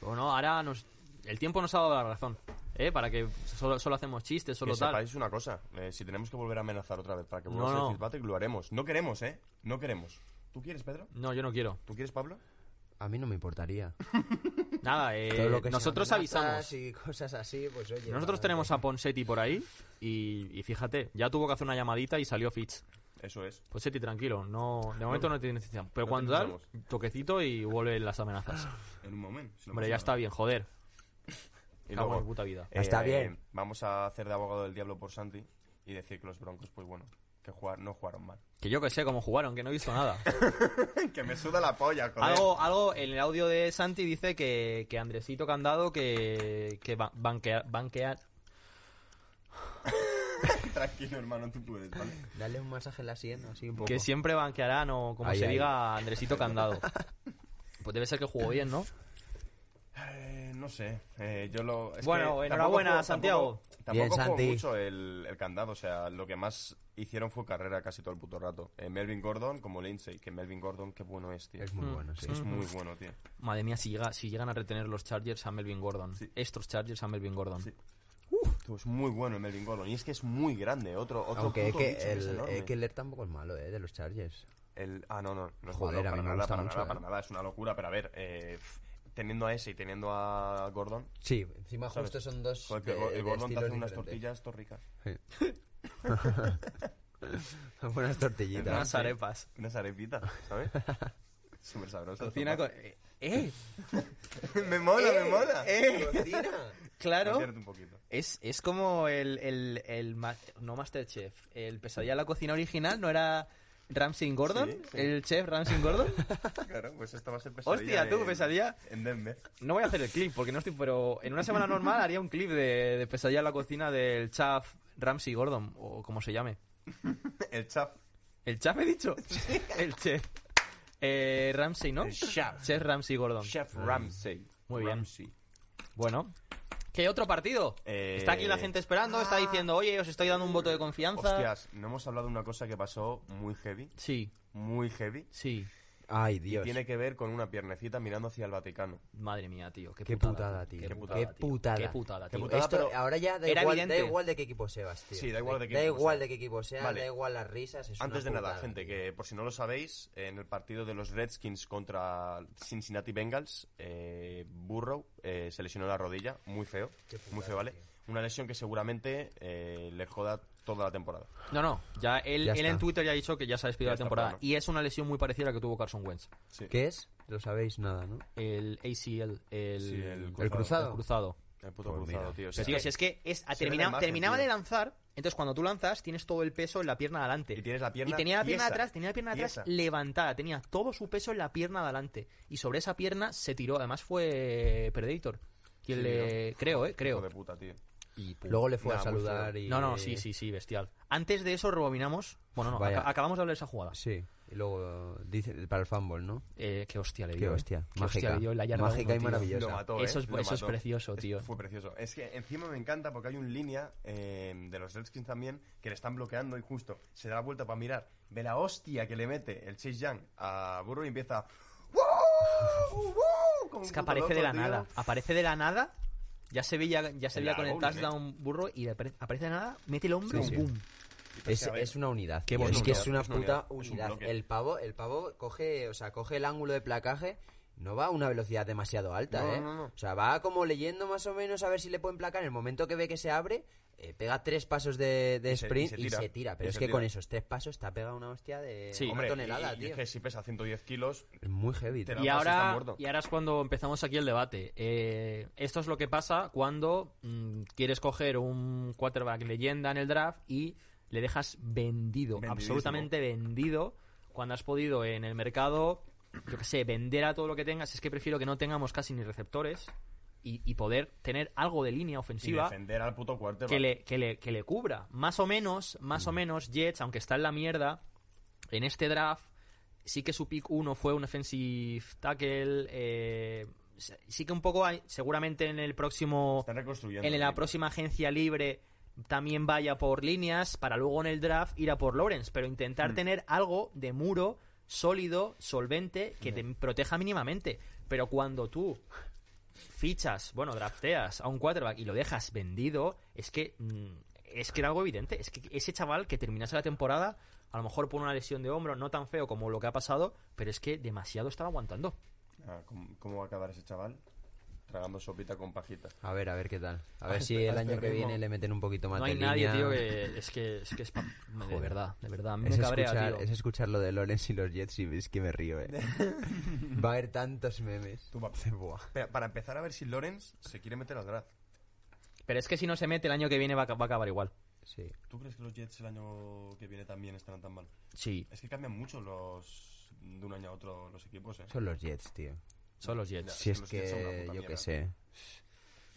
S1: o no, ahora nos... El tiempo nos ha dado la razón, ¿eh? Para que solo, solo hacemos chistes, solo
S3: que
S1: tal.
S3: sepáis una cosa: eh, si tenemos que volver a amenazar otra vez para que
S1: No,
S3: vuelva a ser
S1: no.
S3: Fitzpatrick, lo haremos. No queremos, ¿eh? No queremos. ¿Tú quieres, Pedro?
S1: No, yo no quiero.
S3: ¿Tú quieres, Pablo?
S2: A mí no me importaría.
S1: Nada, eh,
S2: Todo lo que sean
S1: nosotros
S2: amenazas
S1: avisamos.
S2: Y cosas así, pues oye...
S1: Nosotros
S2: adelante.
S1: tenemos a Ponsetti por ahí y, y fíjate, ya tuvo que hacer una llamadita y salió Fitz.
S3: Eso es.
S1: Ponsetti, tranquilo, no, de momento no tiene necesidad. Pero
S3: no
S1: cuando
S3: te
S1: da,
S3: pensamos.
S1: toquecito y vuelven las amenazas.
S3: En un momento. si no
S1: Hombre, ya
S3: pasa nada.
S1: está bien, joder. Cago
S3: Y
S1: en
S3: luego,
S1: mi puta vida.
S3: eh,
S2: Ah, Está bien.
S3: Vamos a hacer de abogado del diablo por Santi y decir que los Broncos, pues bueno, que jugar, no jugaron mal.
S1: Que yo que sé cómo jugaron, que no he visto nada.
S3: que me suda la polla, joder.
S1: algo, algo en el audio de Santi dice que, que Andresito Candado que, que ba- banquea- banquea-
S3: Tranquilo, hermano, tú puedes, ¿vale?
S2: Dale un masaje en la sien, así un poco.
S1: Que siempre banquearán o como
S2: Ahí,
S1: se
S2: ahí.
S1: diga Andresito Candado. Pues debe ser que jugó bien, ¿no?
S3: Eh, no sé, eh, yo lo... es
S1: Bueno,
S3: que
S1: enhorabuena,
S3: tampoco-
S1: Santiago.
S3: Tampoco,
S2: Bien,
S3: tampoco jugó
S2: Santi.
S3: mucho el, el candado, o sea, lo que más hicieron fue carrera casi todo el puto rato. Eh, Melvin Gordon como Lindsay, que Melvin Gordon, qué bueno es, tío.
S2: Es
S3: Mm. Es,
S2: muy bueno, sí.
S3: muy bueno, tío.
S1: Madre mía, si, llega, si llegan a retener los Chargers a Melvin Gordon.
S3: Sí.
S1: Estos Chargers a Melvin Gordon.
S3: Sí. Tú, es muy bueno el Melvin Gordon, y es que es muy grande, otro, otro
S2: Aunque es
S3: puto
S2: que,
S3: bicho que es
S2: el,
S3: enorme.
S2: es que el Ler tampoco es malo, ¿eh? De los Chargers.
S3: El- ah, no, no, no es
S2: Joder,
S3: malo,
S2: a mí
S3: para
S2: me
S3: nada,
S2: gusta
S3: para
S2: mucho,
S3: nada,
S2: eh.
S3: para nada, es una locura, pero a ver, eh, pff, teniendo a ese y teniendo a Gordon,
S2: Sí, encima
S3: ¿sabes?
S2: justo son dos.
S3: Joder, que el
S2: de-
S3: Go- el
S2: de
S3: Gordon te
S2: estilos
S3: hace unas
S2: diferentes.
S3: tortillas torricas,
S2: Buenas tortillitas.
S1: Unas arepas.
S3: unas arepitas, ¿sabes? Súper sabroso.
S1: Cocina con... eh, ¡Eh!
S3: Me mola, me mola.
S2: Cocina.
S1: ¡Claro!
S3: Aciértate un poquito.
S1: Es, es como el, el, el ma- no Masterchef, el pesadilla de la cocina original, ¿no era Ramsey Gordon?
S3: Sí, sí.
S1: ¿El chef Ramsey Gordon?
S3: Claro, pues esta va a ser pesadilla.
S1: Hostia, tú,
S3: en-
S1: pesadilla.
S3: En Denver.
S1: No voy a hacer el clip porque no estoy, pero en una semana normal haría un clip de, de pesadilla en la cocina del chef Ramsey Gordon, o como se llame.
S3: El chaf.
S1: ¿El chef he dicho? El chef. Eh, Ramsey, ¿no?
S3: El chef.
S1: Chef Ramsey Gordon.
S3: Chef Ramsey.
S1: Muy bien.
S3: Ramsey.
S1: Bueno. ¿Qué otro partido?
S3: Eh,
S1: Está aquí la gente esperando, está diciendo, oye, os estoy dando un voto de confianza.
S3: Ah. Hostias, no hemos hablado de una cosa que pasó muy heavy.
S1: Sí,
S3: Muy heavy.
S1: sí.
S2: Ay,
S3: Y
S2: Dios.
S3: tiene que ver con una piernecita mirando hacia el Vaticano.
S1: Madre mía, tío. Qué,
S2: Qué putada, tío.
S1: Qué
S2: Qué
S1: putada. tío.
S2: putada.
S1: Qué putada, tío.
S3: Qué putada,
S2: Esto,
S3: pero
S2: ahora ya da
S1: era
S2: igual,
S1: evidente.
S2: da igual de qué equipo seas, tío.
S3: Sí, da igual de qué
S2: Da
S3: equipo
S2: igual
S3: seas.
S2: de qué equipo seas,
S3: Vale.
S2: da igual las risas. es
S3: Antes de
S2: una
S3: nada,
S2: putada,
S3: gente,
S2: tío.
S3: que por si no lo sabéis, en el partido de los Redskins contra Cincinnati Bengals, eh, Burrow eh, se lesionó la rodilla, muy feo,
S2: Qué putada,
S3: muy feo, ¿vale?
S2: tío.
S3: Una lesión que seguramente eh, le joda toda la temporada.
S1: No, no. Ya él,
S2: Ya
S1: él en
S2: está.
S1: Twitter ya ha dicho que ya se ha despedido
S3: Ya
S1: la
S3: está,
S1: temporada.
S3: plano.
S1: Y es una lesión muy parecida a la que tuvo Carson Wentz.
S3: Sí.
S2: ¿Qué es? Lo sabéis nada, ¿no?
S1: El ACL. El,
S3: Sí, el
S2: ¿El cruzado?
S1: el cruzado.
S3: El puto
S2: Pues
S3: cruzado,
S2: mira.
S3: tío.
S1: Pero,
S3: o sea,
S1: tío, si es que es, ha
S3: se ve la
S1: terminado-
S3: imagen,
S1: terminaba
S3: tío.
S1: de lanzar, entonces cuando tú lanzas tienes todo el peso en la pierna de adelante.
S3: Y tienes la pierna
S1: Y tenía la pierna de
S3: tiesa,
S1: atrás, tenía la pierna de atrás
S3: tiesa.
S1: levantada, tenía todo su peso en la pierna de adelante. Y sobre esa pierna se tiró, además fue Predator. Quien
S3: Sí,
S1: le... Creo, eh, creo.
S3: Hijo de puta, tío.
S1: Y pum.
S2: Luego le fue
S3: Nah,
S2: a
S3: muy
S2: saludar
S3: feo.
S2: y.
S1: No, no, sí, sí, sí, bestial. Antes de eso rebobinamos. Bueno, no,
S2: Vaya.
S1: aca- acabamos de hablar de esa jugada.
S2: Sí, y luego dice para el fanball, ¿no?
S1: Eh, qué hostia le
S2: Qué
S1: dio. eh.
S2: hostia,
S1: Qué
S2: mágica.
S1: hostia le dio la yarda
S2: Mágica
S1: uno,
S2: y
S1: tío.
S2: maravillosa. Precioso.
S3: Lo mató, ¿eh?
S1: Eso es-
S3: Lo
S1: eso es
S3: mató.
S1: precioso,
S3: Es-
S1: tío.
S3: Fue precioso. Es que encima me encanta porque hay un línea eh, de los Redskins también que le están bloqueando y justo se da la vuelta para mirar. Ve la hostia que le mete el Chase Young a Burrow y empieza... "Wow, wow", como un
S1: Es que
S3: puto
S1: aparece
S3: loco,
S1: de la
S3: tío.
S1: nada. Aparece de la nada. Ya se veía, ya se
S3: En
S1: veía
S3: la
S1: con el
S3: goal line,
S1: touchdown burro y de- aparece de la nada, mete el hombro,
S2: Sí, sí.
S1: boom.
S2: Es,
S3: Pero
S2: es una unidad.
S1: Qué
S2: tío,
S1: bonito.
S2: es que es una
S3: Es una
S2: puta
S3: unidad, es un
S2: unidad.
S3: bloque.
S2: el pavo, el pavo coge, o sea, coge el ángulo de placaje, no va a una velocidad demasiado alta,
S3: No,
S2: ¿eh?
S3: no, no.
S2: O sea, va como leyendo más o menos a ver si le pueden placar. En el momento que ve que se abre, eh, pega tres pasos de, de
S3: Y se- y
S2: sprint
S3: se
S2: y se,
S3: tira.
S2: tira. Pero
S3: Y
S2: es
S3: se
S2: que
S3: tira.
S2: con esos tres pasos te ha pegado una hostia de
S1: Sí.
S2: una
S3: Hombre,
S2: tonelada,
S3: y- y
S2: tío.
S3: es que si pesa 110 kilos...
S2: Es muy heavy.
S3: Te
S2: tío.
S3: la-
S1: Y
S3: Ambas están
S1: ahora,
S3: muertos.
S1: y ahora es cuando empezamos aquí el debate. Eh, esto es lo que pasa cuando mm, quieres coger un quarterback leyenda en el draft y le dejas vendido,
S3: Vendidísimo.
S1: absolutamente vendido, cuando has podido en el mercado, yo qué sé, vender a todo lo que tengas. Es que prefiero que no tengamos casi ni receptores y, y poder tener algo de línea
S3: Y
S1: ofensiva
S3: defender al puto cuarto.
S1: que le, que, le, que le cubra. Más o menos, más o menos, Jets, aunque está en la mierda, en este draft sí que su pick 1 fue un offensive tackle. eh, se- sí que un poco, hay- seguramente en el próximo,
S3: Están reconstruyendo.
S1: en la
S3: tío.
S1: próxima agencia libre también vaya por líneas para luego en el draft ir a por Lawrence, pero intentar tener algo de muro sólido, solvente, que te proteja mínimamente. Pero cuando tú fichas, bueno, drafteas a un quarterback y lo dejas vendido, es que mm, es que era algo evidente. Es que ese chaval que terminase la temporada, a lo mejor por una lesión de hombro, no tan feo como lo que ha pasado, pero es que demasiado estaba aguantando.
S3: Ah, ¿cómo, cómo va a acabar ese chaval? Tragando sopita con pajita.
S2: A ver, a ver qué tal. A ver
S3: A
S2: si
S3: este- a
S2: el
S3: este
S2: año que
S3: ritmo.
S2: viene le meten un poquito más
S1: No
S2: de
S1: hay nadie,
S2: línea.
S1: tío, que es que es, que es pa- de verdad, de verdad, a mí
S2: Es
S1: me cabrea,
S2: escuchar,
S1: tío.
S2: es escuchar lo de Lorenz y los Jets y es que me río, eh. Va a haber tantos memes.
S3: Tú, pa-
S2: Buah.
S3: Espera, para empezar a ver si Lorenz se quiere meter al draft.
S1: Pero es que si no se mete el año que viene va a, ca- va a acabar igual.
S2: Sí.
S3: ¿Tú crees que los Jets el año que viene también estarán tan mal?
S1: Sí,
S3: Es que cambian mucho los de un año a otro los equipos, ¿eh?
S2: Son los Jets, tío.
S1: son los Jets.
S2: Si es
S3: Los Jets son una
S2: que,
S3: puta
S2: yo qué
S3: mierda.
S2: sé.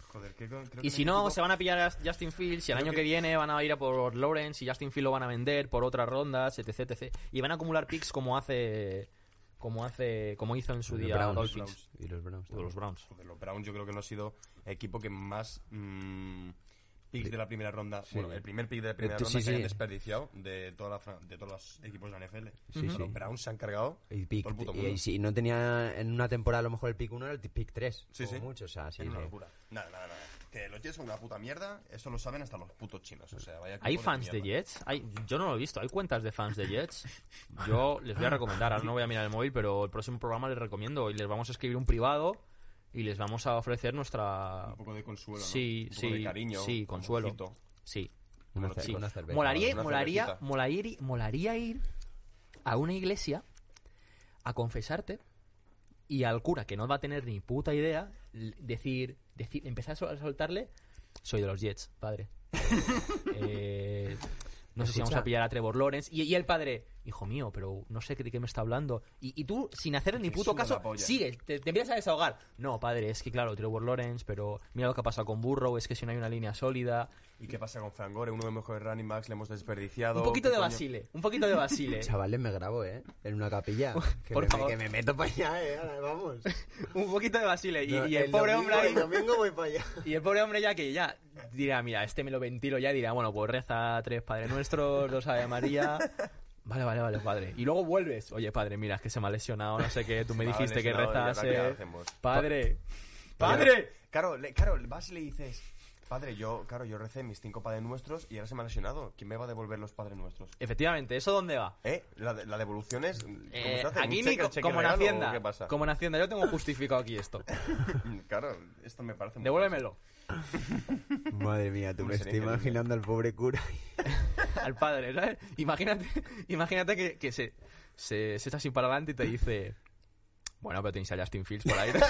S3: Joder, que creo que
S1: Y si
S3: en el
S1: no,
S3: futuro-
S1: se van a pillar a Justin Fields y el
S3: Creo
S1: año que...
S3: que-
S1: viene van a ir a por Lawrence y Justin Fields lo van a vender por otras rondas, etc, etc. Y van a acumular picks como hace como hace como hizo en su
S2: Los
S1: día
S2: Browns.
S1: Dolphins
S2: Y los Browns.
S1: o los Browns.
S3: Joder, los Browns yo creo que no ha sido equipo que más mm, picks de la primera ronda, bueno, el primer pick de la primera
S2: Eh, tú-
S3: ronda
S2: sí,
S3: que hayan
S2: sí.
S3: desperdiciado de, toda la fran- de todos los equipos de la NFL.
S2: Sí, Ujú. sí.
S3: Los Browns se han cargado
S2: Y,
S3: todo el
S2: pick,
S3: puto
S2: y,
S3: mundo.
S2: si no tenía en una temporada a lo mejor el pick 1 era el t- pick 3.
S3: Sí, sí.
S2: Mucho, o sea, sí,
S3: Es una
S2: sí.
S3: locura. Nada, nada, nada. Que los Jets son una puta mierda, eso lo saben hasta los putos chinos. O sea, vaya equipo
S1: ¿Hay fans de
S3: mierda.
S1: Jets? Hay, yo no lo he visto. ¿Hay cuentas de fans de Jets? Yo les voy a recomendar. Ahora no voy a mirar el móvil, pero el próximo programa les recomiendo. Y les vamos a escribir un privado y les vamos a ofrecer nuestra...
S3: Un poco de consuelo, ¿no?
S1: Sí,
S3: Un poco
S1: sí,
S3: de cariño.
S1: sí,
S3: un
S1: consuelo.
S3: ojito.
S1: Sí,
S2: Una,
S3: Bueno,
S2: cer-
S1: sí.
S2: una cerveza.
S1: Molaría,
S3: una
S1: molaría,
S3: cervecita.
S1: molaría, ir- molaría ir a una iglesia a confesarte y al cura, que no va a tener ni puta idea, l- decir, decir empezar a sol- a soltarle, soy de los Jets, padre. Eh, no sé si vamos a
S2: Escucha.
S1: pillar a Trevor Lawrence. Y, y el padre, hijo mío, pero no sé de qué me está hablando. Y, y tú, sin hacer ni
S3: Que
S1: puto
S3: suda la
S1: caso,
S3: polla.
S1: sigues, te, te empiezas a desahogar. No, padre, es que claro, Trevor Lawrence, pero mira lo que ha pasado con Burrow, es que si no hay una línea sólida,
S3: ¿Y qué pasa con Frank Gore? Uno de los mejores running backs, le hemos desperdiciado.
S1: un poquito
S3: ¿Qué
S1: de
S3: coño?
S1: Basile, un poquito de Basile.
S2: Chavales, me grabo, ¿eh? En una capilla. que,
S1: por
S2: me,
S1: favor.
S2: que me meto para allá, ¿eh? Ahora, vamos.
S1: un poquito de Basile. Y,
S2: No,
S1: y el, pobre
S2: domingo-
S1: hombre ahí-
S2: El domingo voy para allá.
S1: y el pobre hombre ya que ya dirá, mira, este me lo ventilo ya dirá, bueno, pues reza tres Padre Nuestros, dos Ave María. Vale, vale, vale, padre. Y luego vuelves. Oye, padre, mira, es que se me ha lesionado, no sé qué. Tú me
S3: Se me ha
S1: dijiste que
S3: lesionado, ya, ¿qué
S1: rezase.
S3: hacemos?
S1: Padre.
S3: Padre,
S1: ¡Padre!
S3: claro, le, claro, vas y le dices, padre, yo, claro, yo recé mis cinco padres nuestros y ahora se me ha lesionado. ¿Quién me va a devolver los padres nuestros?
S1: Efectivamente, ¿eso dónde va?
S3: ¿Eh? La, de- la devolución es. ¿cómo
S1: Eh,
S3: se hace? ¿Un
S1: aquí
S3: cheque,
S1: ni co-
S3: cheque
S1: como en
S3: regalo o
S1: Hacienda.
S3: ¿Qué pasa?
S1: Como en Hacienda, yo tengo justificado aquí esto.
S3: Claro, esto me parece. muy
S1: Devuélvemelo.
S2: Madre mía, tú me estoy
S3: Hombre, sería increíble.
S2: imaginando al pobre cura.
S1: al padre, ¿sabes? Imagínate, imagínate que, que se, se, se echa sin para adelante y te dice... Bueno, pero tenéis a Justin Fields por ahí.
S3: falso.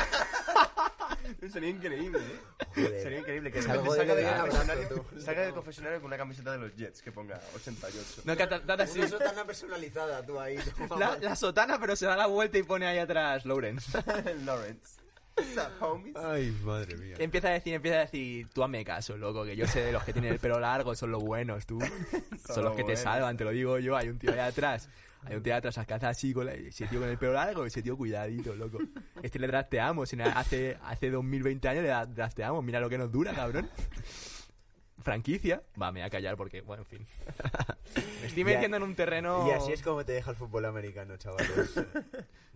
S3: Sería increíble, ¿eh?
S2: Joder.
S3: Sería increíble que
S2: Salgo
S3: salga,
S2: de
S3: del
S2: abrazo,
S3: confesionario,
S2: tú.
S3: salga del confesionario con una camiseta de los Jets que ponga 88.
S1: No, que ta- ta- ta- sí.
S2: sotana personalizada, tú ahí.
S1: la, la sotana, pero se da la vuelta y pone ahí atrás Lawrence.
S3: Lawrence. What's up, homies?
S2: Ay, madre mía.
S1: empieza a decir, empieza a decir, tú hazme caso, loco, que yo sé de los que tienen el pelo largo, son los buenos, tú. Son los
S3: los
S1: que te
S3: buenos.
S1: salvan, te lo digo yo. Hay un tío allá atrás. Hay un tío allá atrás, alcanza así con la- ese tío con el pelo largo, ese tío cuidadito, loco. Este le drafteamos, en- hace, hace 2020 años le da- drafteamos, mira lo que nos dura, cabrón. Franquicia. Va, me voy a callar porque, bueno, en fin. Me estoy
S2: Y
S1: metiendo
S2: a-
S1: en un terreno...
S2: Y así es como te deja el fútbol americano, chavales.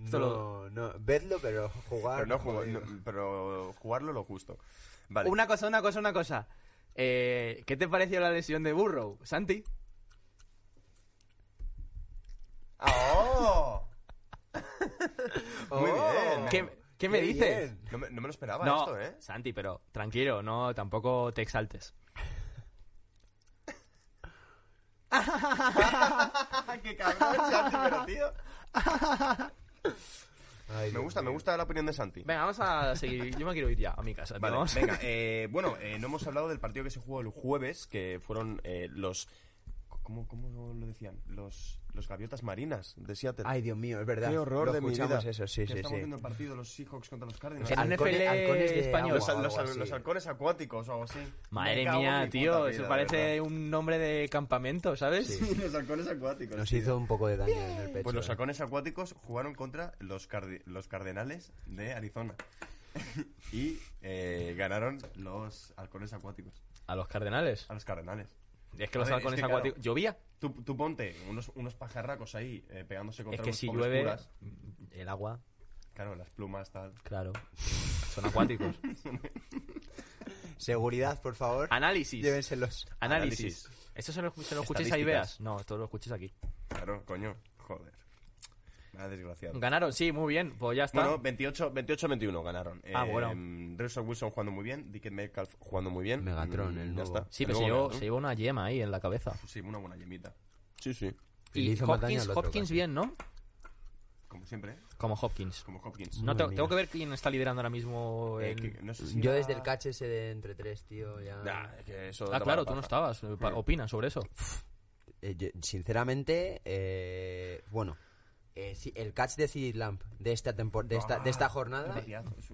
S1: Solo-
S2: No, no, vedlo, pero jugar.
S3: Pero, no jugo-
S2: joder.
S3: no, pero jugarlo lo justo. Vale.
S1: Una cosa, una cosa, una cosa. Eh, ¿Qué te pareció la lesión de Burrow, Santi?
S3: ¡Oh! Muy
S2: Oh.
S3: bien.
S1: ¿Qué, qué me
S2: qué
S1: dices?
S2: bien.
S3: No me, no me lo esperaba
S1: No,
S3: esto, ¿eh?
S1: Santi, pero tranquilo, no, tampoco te exaltes.
S3: ¡Qué cabrón, Santi, pero tío!
S2: Ay,
S3: Me
S2: Dios
S3: gusta, me
S2: mío.
S3: gusta la opinión de Santi.
S1: Venga, vamos a seguir. Yo me quiero ir ya a mi casa. tío,
S3: Vale,
S1: vamos.
S3: venga, eh, bueno, eh, no hemos hablado del partido que se jugó el jueves, que fueron eh, los... ¿Cómo, ¿Cómo lo decían? Los, los gaviotas marinas de Seattle.
S2: Ay, Dios mío, es verdad.
S3: ¡Qué horror
S2: Lo
S3: de mi vida!
S2: escuchamos eso, sí,
S3: Que
S2: sí,
S3: estamos
S2: sí.
S3: viendo el partido los Seahawks contra los Cardinals.
S1: El
S2: Halcones-
S1: NFL
S2: halcones de
S1: español.
S2: agua
S3: Los,
S2: o algo
S3: los-
S2: así.
S3: los halcones acuáticos o algo así. Me
S1: Madre
S3: cago en
S1: mía,
S3: mi
S1: tío,
S3: puta
S1: eso
S3: vida,
S1: parece
S3: de
S1: un nombre de campamento, ¿sabes?
S3: verdad. los halcones acuáticos.
S2: Nos
S3: tío.
S2: hizo un poco de daño en el pecho.
S3: Pues los
S2: eh.
S3: halcones acuáticos jugaron contra los, cardi- los cardenales de Arizona. y eh, ganaron los halcones acuáticos.
S1: A los cardenales.
S3: A los cardenales.
S1: Es que los
S3: A ver,
S1: halcones
S3: es que, claro,
S1: acuáticos. ¿Llovía?
S3: Tú, tú ponte unos, unos pajarracos ahí eh, pegándose
S1: Es
S3: contra
S1: que
S3: unos
S1: si
S3: pobres
S1: llueve, mm,
S3: curas.
S1: el agua,
S3: Claro, las plumas, tal.
S1: claro. Son acuáticos.
S2: Seguridad, por favor.
S1: Análisis.
S2: Llévenselos.
S1: Análisis.
S3: Análisis.
S1: ¿Eso se lo, se lo escucháis a
S3: Estadísticas.
S1: Ibeas? No, esto lo escucháis aquí.
S3: Claro, coño. Joder. Nada desgraciado.
S1: Ganaron, sí, muy bien. Pues ya está.
S3: Bueno, 28 28-21 ganaron.
S1: Ah,
S3: Eh,
S1: bueno.
S3: Russell Wilson jugando muy bien, Dickett Metcalf jugando muy bien. Mm,
S2: Megatron, el
S3: Ya
S2: nuevo.
S3: está.
S1: sí,
S3: El
S1: pero se
S3: nuevo
S1: llevó,
S3: Megatron.
S1: se llevó una yema ahí en la cabeza.
S3: Sí, una buena yemita. Sí, sí.
S2: Y le
S1: Y
S2: hizo más daño
S1: Hopkins,
S2: al otro,
S1: Hopkins
S2: casi.
S1: bien, ¿no?
S3: Como siempre, ¿eh?
S1: Como Hopkins.
S3: como Hopkins.
S1: No,
S2: Madre
S1: tengo,
S2: mía.
S1: tengo que ver quién está liderando ahora mismo.
S3: Eh,
S1: en-
S3: que- no sé si
S2: Yo
S3: era-
S2: desde el catch ese de entre tres, tío, ya...
S3: Nah, es que eso
S1: Ah,
S3: da
S1: claro,
S3: mala
S1: tú no
S3: paja.
S1: estabas. Eh, pa- Opina sobre eso.
S2: Eh, yo- sinceramente, eh, bueno, eh, sí, el catch de CeeDee Lamb de esta, tempor- de esta, de esta
S3: Ah,
S2: jornada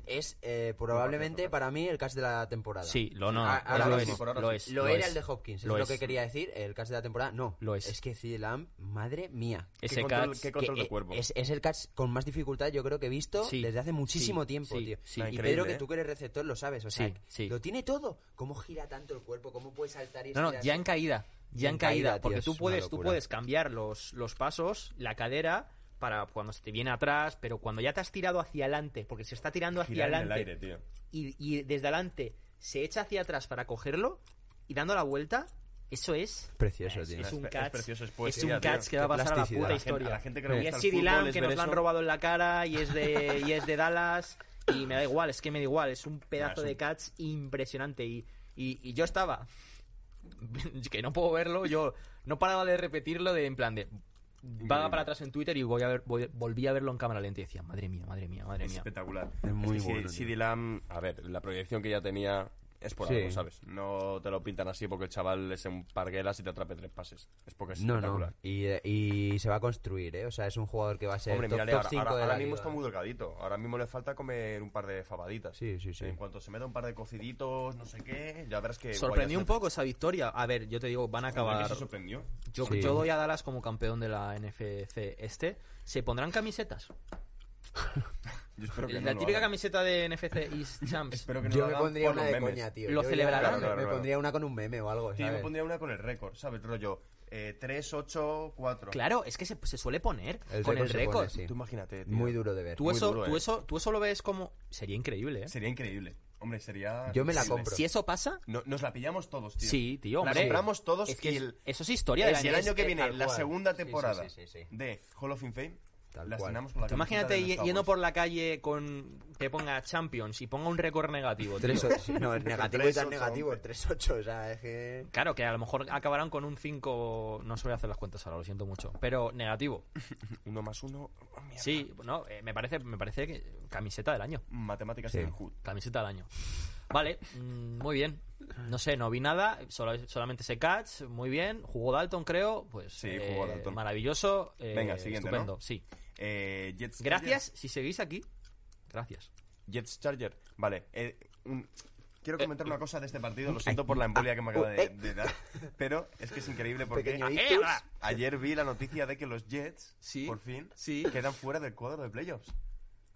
S2: es eh, probablemente para mí el catch de la temporada.
S1: Sí, lo no.
S2: Ah, ahora
S1: lo,
S2: mismo,
S1: es,
S3: por ahora
S1: lo
S3: sí.
S1: es.
S2: Lo,
S1: lo
S2: era
S1: es.
S2: el de Hopkins, es
S1: Lo
S2: lo
S1: es.
S2: que quería decir, el catch de la temporada. No,
S1: Lo es.
S2: Es que CeeDee Lamb, madre mía.
S1: Ese
S3: ¿Qué control-
S1: catch.
S3: qué control
S2: Que,
S3: de
S2: eh,
S3: cuervo.
S2: Es, es el catch con más dificultad, yo creo que he visto
S1: Sí,
S2: desde hace muchísimo
S1: sí,
S2: tiempo,
S1: sí,
S2: tío.
S1: sí.
S2: y
S3: Increíble,
S2: Pedro, que
S3: ¿eh?
S2: tú que eres receptor, lo sabes, o sea,
S1: Sí, sí.
S2: lo tiene todo. ¿Cómo gira tanto el cuerpo? ¿Cómo puede saltar y
S1: No, no,
S2: estirar
S1: ya
S2: así?
S1: en caída. Ya en,
S2: En
S1: caída.
S2: caída, tío,
S1: porque
S2: es
S1: tú
S2: una
S1: puedes, tú
S2: locura.
S1: puedes cambiar los, los pasos, la cadera, para cuando se te viene atrás, pero cuando ya te has tirado hacia adelante, porque se está tirando hacia
S3: Girar en el
S1: adelante
S3: aire, tío.
S1: y, y desde adelante se echa hacia atrás para cogerlo y dando la vuelta, eso es.
S2: Precioso,
S1: es,
S2: tío.
S1: es un
S3: Es pre- es
S1: catch.
S3: precioso, es
S1: es
S3: poesía,
S1: un catch
S3: tío.
S1: que va a
S2: Qué
S1: pasar a la
S2: plasticidad.
S1: puta
S2: A
S3: la gente-
S1: historia.
S3: a la gente que le
S1: y
S3: gusta
S1: es
S3: el
S1: Siri
S3: fútbol,
S1: Lamb
S3: es
S1: que
S3: ver
S1: nos la han
S3: eso.
S1: robado en la cara y es de y es de Dallas y me da igual, es que me da igual, es un pedazo
S3: es un-
S1: de catch impresionante y, y, y yo estaba que no puedo verlo, yo no paraba de repetirlo de en plan de vaga para atrás en Twitter y voy a ver, voy- volví a verlo en cámara lenta y decía, madre mía, madre mía, madre
S3: Es
S1: mía.
S3: espectacular.
S2: Es muy
S3: que si-
S2: bueno,
S3: si
S2: tío.
S3: Dylan- a ver, la proyección que ya tenía es por
S2: Sí.
S3: algo, ¿sabes? No te lo pintan así porque el chaval es un parguelas y te atrape tres pases. Es porque es
S2: No, no.
S3: espectacular.
S2: Y, eh, y se va a construir, ¿eh? O sea, es un jugador que va a ser
S3: Hombre,
S2: top,
S3: mírale,
S2: top
S3: ahora,
S2: 5
S3: ahora-
S2: de la
S3: ahora mismo
S2: liga.
S3: está muy delgadito. Ahora mismo le falta comer un par de fabaditas.
S2: Sí, sí, sí.
S3: En cuanto se meta un par de cociditos, no sé qué, ya verás que...
S1: Sorprendió
S3: guay,
S1: un poco esa victoria. A ver, yo te digo, van a
S3: ¿Sabes
S1: acabar
S3: qué se sorprendió?
S1: Yo,
S2: Sí.
S1: yo doy a Dallas como campeón de la NFC este. ¿Se pondrán camisetas?
S3: Yo espero que no
S1: la
S3: lo
S1: típica
S3: hagan.
S1: camiseta de NFC East Champs.
S3: Espero que no lo
S2: Yo me
S3: hagan
S2: pondría
S3: por
S2: una
S3: los
S2: de
S3: memes.
S2: coña, tío.
S1: Lo
S2: Yo ya-
S1: celebrarán.
S3: Claro, claro,
S2: Me
S3: claro.
S2: pondría una con un meme o algo,
S3: Sí, yo me
S2: ¿sabes?
S3: pondría una con el récord, ¿sabes? Rollo eh, 3, 8, 4.
S1: Claro, es que se, se suele poner
S2: El
S1: con el
S2: récord se pone,
S1: récord.
S2: sí.
S3: Tú imagínate, tío.
S2: Muy duro de ver.
S1: Tú,
S3: Muy
S1: eso,
S3: duro,
S1: tú,
S3: eh.
S1: eso, tú eso lo ves como... Sería increíble, ¿eh?
S3: Sería increíble. Hombre, sería...
S2: Yo me la
S3: increíble.
S2: compro.
S1: Si eso pasa...
S3: No- nos la pillamos todos, tío.
S1: Sí, tío,
S3: La
S1: hombre.
S3: compramos todos
S1: Es que
S3: y
S1: es-
S3: el-
S1: eso es historia de la
S3: si el
S1: NBA.
S3: año que
S2: eh,
S3: viene,
S2: tal
S3: la
S2: cual.
S3: segunda
S2: Sí, sí,
S3: temporada
S2: sí, sí, sí.
S3: de Hall of Fame,
S2: Tal
S3: las
S2: cual.
S3: tenemos con la
S1: Tú imagínate
S3: camiseta de
S1: ye-
S3: los
S1: yendo por
S3: Cowboys.
S1: la calle con que ponga Champions y ponga un récord negativo. tío.
S2: Tres o- sí, no, es negativo y tan
S3: 3-8,
S2: negativo.
S3: hombre.
S2: 3-8, o sea, es que...
S1: Claro, que a lo mejor acabarán con un 5... No se voy a hacer las cuentas ahora, lo siento mucho. Pero negativo.
S3: Uno más uno... oh, mierda.
S1: Sí, no, eh, me parece, me parece que camiseta del año.
S3: Matemáticas
S2: Sí.
S3: en el HUD.
S1: Camiseta del año. Vale, mm, muy bien. No sé, no vi nada, solo- solamente ese catch, muy bien. Jugó Dalton, creo, pues
S3: Sí,
S1: eh,
S3: jugó Dalton.
S1: maravilloso. eh,
S3: Venga, siguiente,
S1: estupendo,
S3: ¿no?
S1: sí.
S3: Eh, Jets
S1: Gracias, si seguís aquí, gracias.
S3: Charger. Jets Charger. Vale. eh, un- Quiero comentar una cosa de este partido. Lo siento por la embolia que me acaba de, de dar. Pero es que es increíble porque
S2: Pequeño
S3: a-
S1: ¡Eh,
S2: ictus.
S3: ayer vi la noticia de que los Jets,
S1: Sí,
S3: por fin,
S1: sí.
S3: quedan fuera del cuadro de playoffs.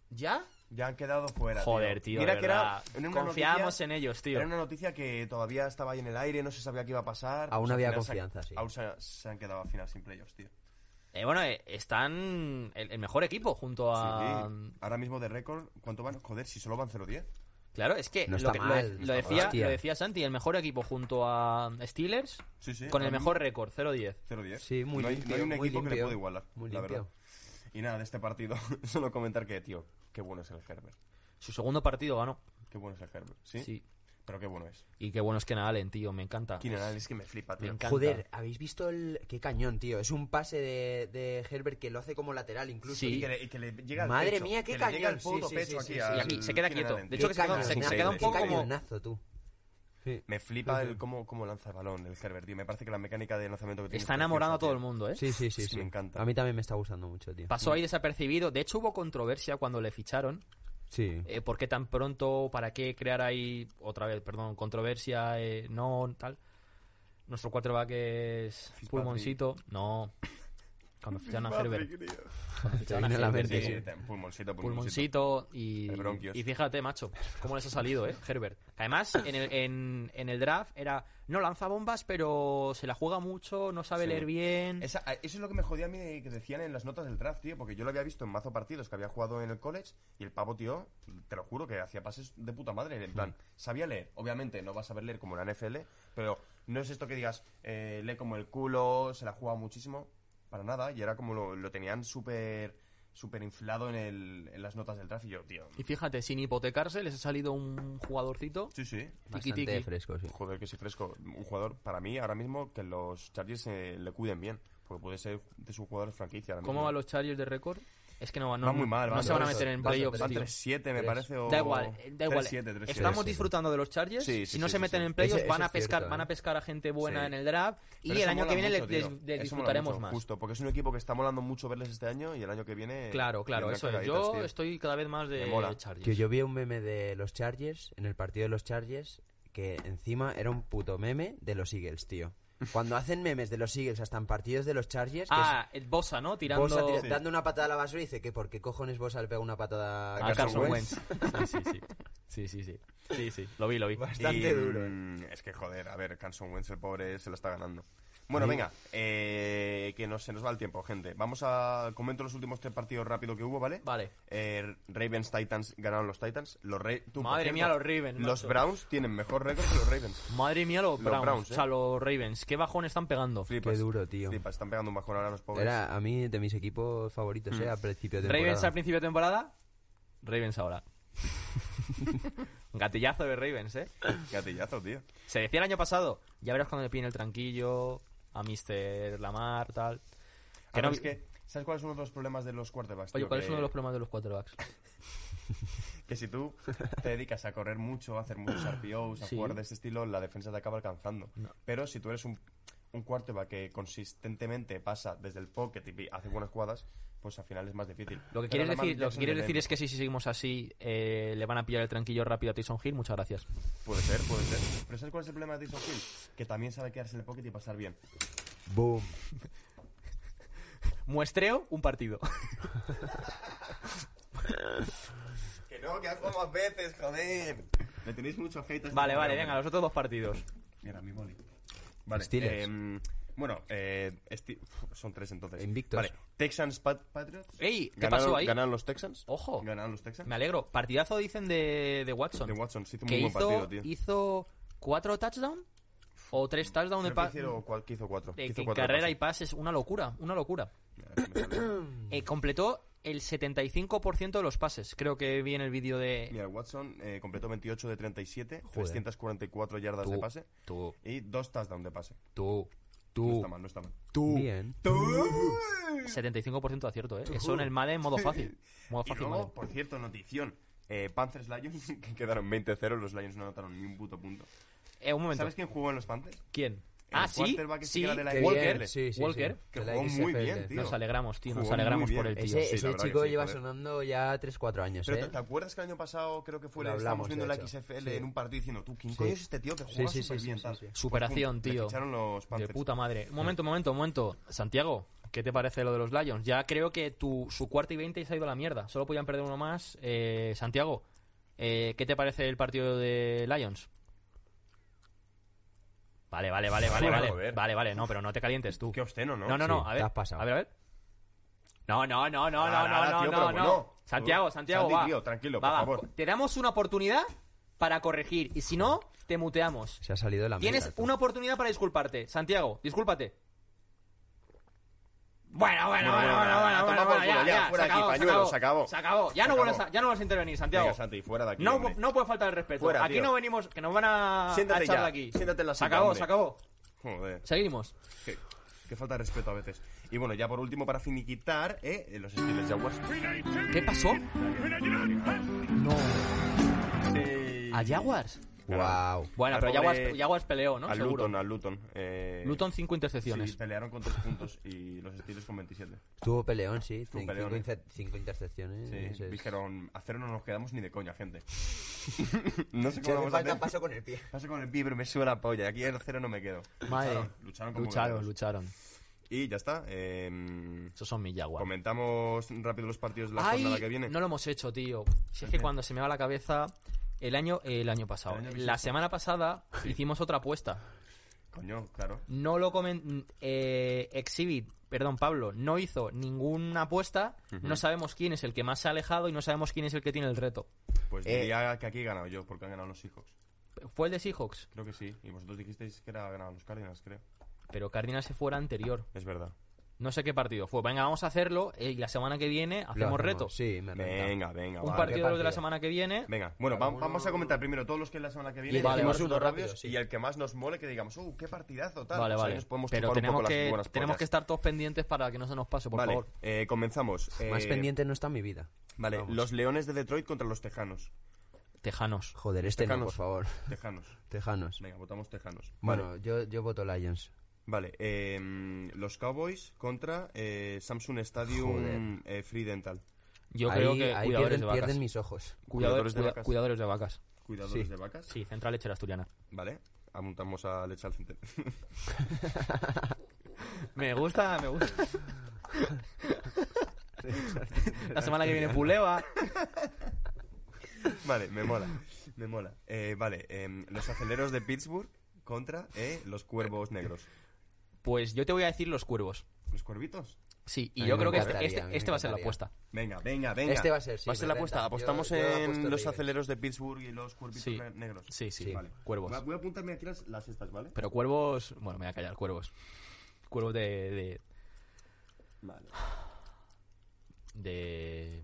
S1: ¿Ya?
S3: Ya han quedado fuera.
S1: Joder, tío,
S3: Mira
S1: de
S3: que era
S1: verdad.
S3: en una
S1: Confiábamos
S3: noticia-
S1: en ellos, tío.
S3: Era una noticia que todavía estaba ahí en el aire, no se sabía qué iba a pasar. Pues
S2: Aún
S3: al
S2: había
S3: final se han-
S2: confianza, sí.
S3: Aún se, se han quedado al final sin playoffs, tío.
S1: Eh, bueno, eh, están el, el mejor equipo junto a...
S3: Sí, Ahora mismo de récord, ¿cuánto van? Joder, si solo van 0-10.
S1: Claro, es que,
S2: No
S1: lo,
S2: está
S1: que- lo
S2: mal,
S1: de-
S2: no
S1: lo
S2: está
S1: decía,
S2: mal. Hostia.
S1: lo decía Santi, el mejor equipo junto a Steelers
S3: Sí, sí,
S1: con el
S3: ahora
S1: mejor récord, 0-10.
S3: 0-10.
S2: Sí, muy
S3: no hay,
S2: limpio,
S3: no hay un
S2: muy
S3: equipo que le
S2: limpio.
S3: pueda igualar,
S2: Muy
S3: la
S2: limpio.
S3: verdad. Y nada, de este partido, solo comentar que, tío, qué bueno es el Herbert.
S1: Su segundo partido ganó.
S3: Qué bueno es el Herbert, ¿sí?
S1: Sí.
S3: Pero qué bueno es.
S1: Y qué bueno es que Allen, tío, me encanta.
S3: Keenan Allen es que me flipa, tío.
S1: Me encanta.
S2: Joder, ¿habéis visto el...? Qué cañón, tío. Es un pase de, de Herbert que lo hace como lateral incluso.
S1: Sí.
S3: Y que le, y que le llega al
S2: Madre
S3: pecho,
S2: mía, qué
S3: que le llega
S2: cañón.
S3: al puto
S2: Sí, sí,
S3: pecho
S2: sí, sí, sí.
S3: aquí al
S1: Y aquí se queda
S3: Keenan
S1: quieto. De
S3: Allen,
S2: Qué
S1: hecho, que se queda-
S2: cañón,
S1: se- se
S2: qué
S1: queda un poco como-
S2: cañonazo, tú. Sí.
S3: Me flipa el cómo, cómo lanza el balón el Herbert, tío. Me parece que la mecánica de lanzamiento que tiene...
S1: Está
S3: es
S1: enamorando a todo
S3: preciosa,
S1: el mundo, ¿eh?
S2: Sí, sí, sí,
S3: Es que
S2: sí.
S3: me encanta.
S2: A mí también me está gustando mucho, tío.
S1: Pasó ahí desapercibido. De hecho, hubo controversia cuando le ficharon.
S2: Sí.
S1: Eh, ¿Por qué tan pronto? ¿Para qué crear ahí otra vez, perdón, controversia? eh, no, tal. Nuestro quarterback es pulmoncito. No. Cuando ficharon a Herbert.
S3: Patrick, tío.
S1: Cuando ficharon a
S2: viene a la
S1: Herbert,
S2: mente,
S3: Sí,
S1: tío.
S2: sí.
S3: ten- pulmoncito, pulmoncito.
S1: Pulmoncito y,
S3: El Bronquios.
S1: y fíjate, macho, cómo les ha salido, ¿eh? Herbert. Además, en el, en, en el draft era, no lanza bombas, pero se la juega mucho, no sabe
S3: Sí.
S1: leer bien.
S3: Esa- a- eso es lo que me jodía a mí de- que decían en las notas del draft, tío, porque yo lo había visto en mazo partidos que había jugado en el college y el pavo, tío, te lo juro que hacía pases de puta madre. En plan, sabía leer. Obviamente no vas a saber leer como en la NFL, pero no es esto que digas, eh, lee como el culo, se la juega muchísimo, para nada. Y era como lo, lo tenían súper súper inflado en, el- en las notas del draft y yo, tío.
S1: Y fíjate, sin hipotecarse, les ha salido un jugadorcito.
S3: Sí, sí.
S1: Tiki,
S2: Bastante
S1: tiki.
S2: fresco, sí.
S3: Joder, que sí fresco. Un jugador, para mí, ahora mismo, que los Chargers eh, le cuiden bien. Porque puede ser de sus jugadores franquicia. ahora
S1: ¿Cómo
S3: mismo.
S1: van los Chargers de récord? Es que no, no,
S3: Va muy mal,
S1: no
S3: va
S1: se van a
S3: muy mal.
S1: meter en
S2: Vas a
S1: playoffs,
S2: tres-
S3: Van
S1: tío.
S3: 3-7, me
S2: Tres.
S3: parece. O...
S1: Da igual, eh, da igual.
S3: 3-7, 3-7.
S1: Estamos
S2: sí.
S1: disfrutando de los Chargers.
S3: Sí, sí,
S1: si no
S3: sí,
S1: se
S3: sí,
S1: meten
S3: sí.
S1: en playoffs,
S2: Ese-
S1: van
S2: ese
S1: a
S2: es cierto,
S1: pescar,
S2: ¿eh?
S1: van a pescar a gente buena
S3: Sí.
S1: en el draft
S3: Pero
S1: y el
S3: eso
S1: año
S3: mola
S1: que viene
S3: mucho,
S1: les-
S3: tío.
S1: les, les
S3: Eso mola
S1: disfrutaremos
S3: mucho,
S1: más.
S3: Justo, porque es un equipo que está molando mucho verles este año y el año que viene.
S1: Claro, claro,
S3: vendrán
S1: eso es.
S3: cagaditas,
S1: Yo
S3: tío.
S1: estoy cada vez más de
S3: Me mola.
S1: Chargers.
S2: Tío, yo vi un meme de los Chargers, en el partido de los Chargers, que encima era un puto meme de los Eagles, tío. Cuando hacen memes de los Eagles hasta en partidos de los Chargers, que
S1: ah, el Bosa, ¿no?
S2: es
S1: Tirando
S2: Bosa tira- dando una patada a la basura y dice que por qué cojones Bosa le pega una
S1: a
S2: patada
S1: Ah, Carson
S3: Carson
S1: Wentz. Sí, sí, sí. Sí, sí, sí. Sí, sí, lo vi, lo vi.
S2: Bastante
S3: Y,
S2: duro. ¿eh?
S3: mm, Es que joder, a ver, Canson Wentz, el pobre, se lo está ganando. Bueno, venga, eh, que no, se nos va el tiempo, gente. Vamos a. Comento los últimos tres partidos rápido que hubo, ¿vale?
S1: Vale.
S3: Eh, Ravens Titans ganaron los Titans. Los Ra- tú, por
S1: Madre
S3: cierto,
S1: mía, los Ravens,
S3: Los
S1: macho.
S3: Browns tienen mejor récord que los Ravens.
S1: Madre mía, los,
S3: Los
S1: Browns,
S3: Browns,
S1: o sea,
S3: ¿eh?
S1: los Ravens, qué bajón están pegando.
S3: Flipas.
S2: duro, tío.
S3: Flipas, están pegando un bajón ahora los pobres.
S2: Era a mí de mis equipos favoritos, eh, a principio de temporada.
S1: Mm. Ravens al principio de temporada, Ravens ahora. Gatillazo de Ravens, ¿eh?
S3: Gatillazo, tío.
S1: Se decía el año pasado, ya verás cuando le piden el tranquillo a Mr. Lamar, tal. Que
S3: Ahora
S1: no-
S3: Ah, es que, ¿Sabes cuáles son uno de los problemas de los quarterbacks?
S1: Oye,
S3: tío?
S1: ¿cuál
S3: que,
S1: es uno de los problemas de los quarterbacks?
S3: que si tú te dedicas a correr mucho, a hacer muchos RPOs, a
S1: Sí.
S3: jugar de este estilo, la defensa te acaba alcanzando. Pero si tú eres un, un quarterback que consistentemente pasa desde el pocket y hace buenas jugadas, pues al final es más difícil.
S1: Lo que
S3: Pero
S1: quieres
S3: Lamar
S1: decir, lo que
S3: Jackson
S1: quieres
S3: le
S1: decir
S3: den-
S1: es que si seguimos así, eh, le van a pillar el tranquillo rápido a Tyson Hill. Muchas gracias.
S3: Puede ser, puede ser. Pero ¿sabes cuál es el problema de Tyson Hill? Que también sabe quedarse en el pocket y pasar bien.
S2: Boom.
S1: Muestreo, un partido.
S3: Que no, que has jugado más veces, joder. Le tenéis mucho hate. a este
S1: vale, vale,
S3: programa.
S1: venga, los otros dos partidos.
S3: Mira, mi boli. Vale.
S2: Steelers.
S3: eh, bueno, eh, esti- Uf, son tres entonces.
S2: Invictos.
S3: Vale. Texans Pat- Patriots.
S1: Ey, ¿qué
S3: Ganaron-
S1: pasó ahí?
S3: Ganaron los Texans.
S1: Ojo.
S3: Ganaron los Texans.
S1: Me alegro. Partidazo, dicen, de, de Watson.
S3: De Watson, se hizo un
S1: que
S3: muy
S1: hizo,
S3: buen partido, tío.
S1: hizo cuatro touchdowns o tres touchdowns de,
S3: Creo que
S1: pa-
S3: hicieron cua- que hizo cuatro.
S1: de-
S3: que hizo
S1: en
S3: cuatro
S1: carrera y
S3: pases.
S1: pases. Una locura, una locura.
S3: Mira, me sale.
S1: Eh, completó el 75% de los pases. Creo que vi en el vídeo de...
S3: Mira, Watson eh, completó 28 de 37,
S2: Joder.
S3: 344 yardas de
S1: Tú,
S3: pase
S1: Tú,
S3: y dos touchdowns de pase.
S1: tú,
S3: No
S1: tú,
S3: está mal, no está mal.
S1: tú.
S2: Bien.
S1: 75% de acierto, ¿eh? Eso en el MADE en modo fácil. Modo
S3: Y
S1: fácil,
S3: luego,
S1: Madden.
S3: por cierto, notición. Eh, Panthers Lions que quedaron 20-0, los Lions no anotaron ni un puto punto.
S1: Eh, un momento.
S3: ¿Sabes quién jugó en los Panthers?
S1: ¿Quién?
S3: El
S1: ah, sí,
S3: quarterback este
S1: sí,
S3: que era de la
S2: Qué
S3: Walker.
S2: bien, sí, sí,
S1: Walker,
S2: sí.
S3: que
S2: De la
S3: jugó muy
S2: XFL.
S3: bien, tío.
S1: Nos alegramos, tío. Nos
S3: Jugó muy
S1: alegramos
S3: bien.
S1: por el tío.
S2: Ese, ese
S3: Sí, la verdad
S2: chico
S3: que sí,
S2: lleva
S3: joder.
S2: sonando ya 3-4 años,
S3: Pero
S2: ¿eh?
S3: ¿te, te acuerdas que el año pasado creo que fue
S2: Lo
S3: el
S2: hablamos,
S3: estábamos viendo
S2: de
S3: la
S2: hecho.
S3: XFL
S2: Sí.
S3: en un partido diciendo tú quién
S2: Sí.
S3: coño es este tío que
S2: Sí,
S3: juega
S2: sí, sí,
S3: súper bien
S2: sí,
S3: tal?
S2: sí, sí.
S3: Pues,
S1: Superación,
S3: pum, le
S1: tío.
S3: ficharon los
S1: De
S3: Panthers.
S1: puta madre. Un momento, un momento, un momento. Santiago, ¿qué te parece lo de los Lions? Ya creo que tu, su cuarta y veinte se ha ido a la mierda. Solo podían perder uno más. Eh, Santiago, eh, ¿qué te parece el partido de Lions? Vale, vale, vale, vale,
S3: Joder,
S1: vale.
S3: joder.
S1: Vale, vale, no, pero no te calientes tú.
S3: Qué obsceno, ¿no?
S1: No, no, no, a
S2: Sí, te
S1: ver.
S2: has pasado.
S1: A ver, a ver. No, no, no, no, no,
S3: Ahora,
S1: no,
S3: ahora,
S1: no, no,
S3: tío, pero
S1: no.
S3: bueno.
S1: Santiago, Santiago,
S3: Santi,
S1: va.
S3: tío, tranquilo,
S1: Va,
S3: por
S1: va.
S3: favor.
S1: Te damos una oportunidad para corregir y si no, te muteamos.
S2: Se ha salido de la mierda.
S1: Tienes una oportunidad para disculparte. Santiago, discúlpate. Bueno, bueno, bueno,
S3: Bueno,
S1: bueno,
S3: bueno,
S1: bueno,
S3: a tomar
S1: bueno,
S3: por
S1: bueno,
S3: culo, ya, fuera aquí, pañuelo, se acabó.
S1: Se acabó. Ya
S3: Se
S1: no
S3: acabó.
S1: vuelvas a, ya no vas a intervenir, Santiago.
S3: Venga, Santi, fuera de aquí.
S1: no,
S3: hombre.
S1: no puede faltar el respeto.
S3: Fuera,
S1: aquí
S3: tío.
S1: no venimos, que nos van a,
S3: Siéntate
S1: a echar
S3: ya,
S1: de aquí.
S3: siéntate en la
S1: se
S3: silla,
S1: acabó,
S3: hombre.
S1: se acabó.
S3: Joder.
S1: Seguimos.
S3: Qué, qué falta de respeto a veces. Y bueno, ya por último, para finiquitar, ¿eh? eh, los Steelers Jaguars.
S1: ¿Qué pasó?
S5: Eh,
S1: ¿A Jaguars?
S2: Wow.
S1: Bueno,
S3: Al
S1: pero
S3: pobre-
S1: Jaguars, Jaguars peleó, ¿no?
S3: al
S1: Seguro.
S3: Luton, al Luton. eh,
S1: Luton, cinco
S3: Sí,
S1: intercepciones.
S3: pelearon con tres puntos y los Steelers con 27.
S2: Estuvo peleón, sí.
S3: Estuvo
S2: Cin-
S3: peleón,
S2: cinco,
S3: eh.
S2: inter- cinco intercepciones.
S3: Sí,
S2: eso es.
S3: dijeron, a cero no nos quedamos ni de coña, gente. no sé
S2: Se le
S3: cómo vamos
S2: falta
S3: a hacer.
S2: paso con el pie.
S3: Paso con el pi, pero me sube la polla. Aquí en cero no me quedo.
S1: Madre.
S3: Lucharon, lucharon como
S1: lucharon,
S3: ganados.
S1: lucharon.
S3: Y ya está. eh,
S1: Esos son mis Jaguars.
S3: comentamos rápido los partidos de la
S1: Ay,
S3: jornada que viene.
S1: No lo hemos hecho, tío. Si es que cuando se me va la cabeza. El año, el año pasado.
S3: El año
S1: la
S3: bisiesto.
S1: semana pasada hicimos otra apuesta.
S3: Coño, claro.
S1: No lo comen. eh, Exhibit, perdón, Pablo, no hizo ninguna apuesta. No sabemos quién es el que más se ha alejado y no sabemos quién es el que tiene el reto.
S3: Pues
S2: Eh.
S3: diría que aquí he ganado yo, porque han ganado los Seahawks.
S1: Fue el de Seahawks,
S3: Creo que sí. Y vosotros dijisteis que era ganado los Cardinals, creo.
S1: pero Cardinals se fuera anterior.
S3: Es verdad.
S1: no sé qué partido fue. Venga, vamos a hacerlo eh, y la semana que viene hacemos,
S2: Lo
S1: reto.
S2: Sí, me renta.
S3: Venga, venga,
S1: Un
S3: vale.
S1: partido de los de la
S2: partido?
S1: semana que viene.
S3: Venga, bueno, va- vamos a comentar primero todos los que es la semana que
S2: Y
S3: viene. hacemos
S1: elegimos
S2: uno
S3: unos
S2: rápido,
S3: rápidos
S2: sí.
S3: Y el que más nos mole, que digamos, ¡uh, qué partidazo! Tal.
S1: Vale,
S3: O sea, ahí
S1: vale.
S3: nos podemos
S1: Pero
S3: chupar un
S1: tenemos
S3: poco las
S1: que,
S3: buenas
S1: tenemos que
S3: pollas.
S1: estar todos pendientes para que no se nos pase, por
S3: vale,
S1: favor.
S3: eh, comenzamos. Eh,
S2: Más pendiente no está mi vida.
S3: Vale,
S2: Vamos.
S3: los Leones de Detroit contra los Tejanos.
S1: Tejanos.
S2: Joder, este no,
S3: Tejanos.
S2: por favor.
S3: Tejanos.
S2: Tejanos.
S3: Venga, votamos Tejanos. Vale,
S2: Bueno, yo, yo voto Lions.
S3: vale. eh, los Cowboys contra eh, Samsung Stadium eh, Free Dental.
S1: Yo
S2: ahí
S1: creo que
S2: ahí
S1: cuidadores
S2: pierden,
S1: de vacas.
S2: pierden mis ojos.
S1: Cuidadores,
S3: Cuidadores de
S1: cuida-
S3: vacas.
S1: cuidadores de vacas.
S3: Cuidadores
S2: Sí.
S3: de vacas.
S1: Sí, central lechera asturiana.
S3: Vale, apuntamos a Leche al Center.
S1: Me gusta, me gusta. la semana que viene Puleva.
S3: Vale, me mola, me mola. Eh, vale, em, los aceleros de Pittsburgh contra eh, los cuervos negros.
S1: Pues yo te voy a decir los cuervos.
S3: ¿Los cuervitos?
S1: Sí,
S2: A
S1: y
S2: mí
S1: yo
S2: me
S1: creo que este,
S2: encantaría,
S1: este-
S2: a mí me
S1: este va a ser la
S2: encantaría.
S1: apuesta.
S3: Venga, venga, venga.
S2: Este va a ser, sí,
S3: Va a ser la
S2: me renta.
S3: apuesta. Apostamos
S2: Yo- yo apuesto
S3: en los
S2: Ravens.
S3: aceleros de Pittsburgh y los cuervitos
S1: Sí.
S3: ne- negros.
S1: Sí, sí,
S2: Sí.
S1: cuervos.
S3: Voy a- Voy a apuntarme aquí las, las estas, ¿vale?
S1: Pero cuervos. Bueno, me voy a callar, cuervos. Cuervos de.
S3: Vale.
S1: de. de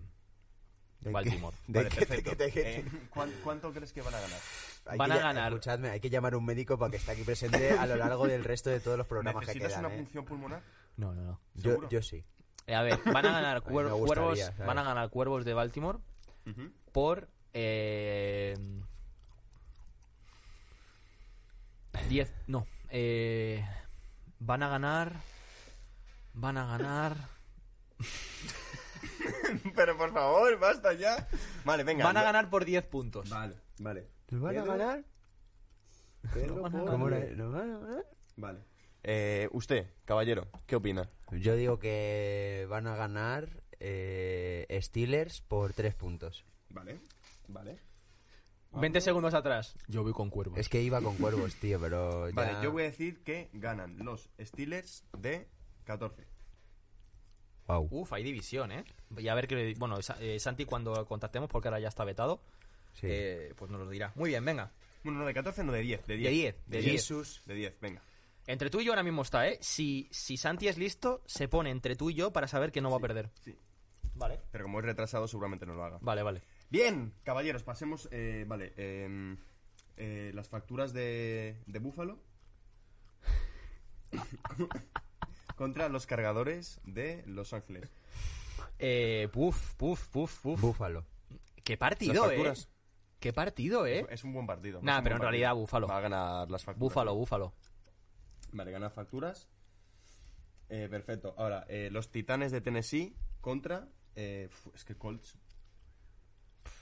S2: qué?
S1: Baltimore.
S3: Vale,
S2: ¿De qué-
S3: perfecto.
S2: de qué-
S3: Eh, ¿cuán- ¿Cuánto crees que van a ganar?
S2: Hay
S1: Van
S2: que
S1: a
S2: lla-
S1: ganar.
S2: Escuchadme, hay que llamar a un médico para que esté aquí presente a lo largo del resto de todos los programas que
S3: ¿Necesitas
S2: quedan.
S3: una
S2: ¿eh?
S3: función pulmonar?
S1: No, no, no.
S2: Yo,
S3: ¿Seguro?
S2: yo sí.
S1: Eh, a ver, van a ganar
S2: me
S1: cuer-
S2: gustaría,
S1: cuervos.
S2: ¿sabes?
S1: Van a ganar cuervos de Baltimore
S3: Ujú.
S1: por. eh, 10. No. eh, van a ganar. Van a ganar.
S3: Pero por favor, basta ya. Vale, venga.
S1: Van a
S3: lo-
S1: ganar por 10 puntos.
S3: Vale, vale.
S2: ¿Nos van a ganar?
S1: van a
S2: ¿Cómo era? ¿Nos van a ganar?
S3: Vale. Eh, usted, caballero, ¿qué opina?
S2: Yo digo que van a ganar eh, Steelers por tres puntos.
S3: Vale, vale.
S1: 20 segundos atrás. Yo voy con cuervos.
S2: Es que iba con cuervos, tío, pero ya...
S3: Vale, yo voy a decir que ganan los Steelers de 14.
S2: Guau.
S3: Uh,
S1: Uf, hay división, ¿eh? Y a ver qué. Bueno, Sa- eh, Santi, cuando contactemos, porque ahora ya está vetado,
S2: Sí.
S1: eh, pues nos lo dirá. Muy bien, venga.
S3: Bueno, no de 14, no de 10. De 10.
S1: De 10, de 10.
S3: Jesus. De 10, venga.
S1: Entre tú y yo ahora mismo está, ¿eh? Si, si Santi es listo, se pone entre tú y yo para saber que no va a perder.
S3: Sí.
S1: Vale.
S3: Pero como es retrasado, seguramente no lo haga.
S1: Vale, vale.
S3: Bien, caballeros, pasemos. eh, vale, em, eh, las facturas de, de Búfalo. Contra los cargadores de Los Ángeles.
S1: Eh, puf, puf, puf, puf.
S2: Búfalo.
S1: Qué
S3: Las
S1: partido, ¿eh?
S3: facturas.
S1: Qué partido, ¿eh?
S3: Es un buen partido.
S1: Nah,
S3: es un
S1: pero en
S3: buen
S1: realidad
S3: partido.
S1: Búfalo.
S3: Va a ganar las facturas.
S1: Búfalo, búfalo.
S3: Vale, gana facturas. Eh, perfecto. Ahora, eh, los Titanes de Tennessee contra... eh, fu- es que Colts...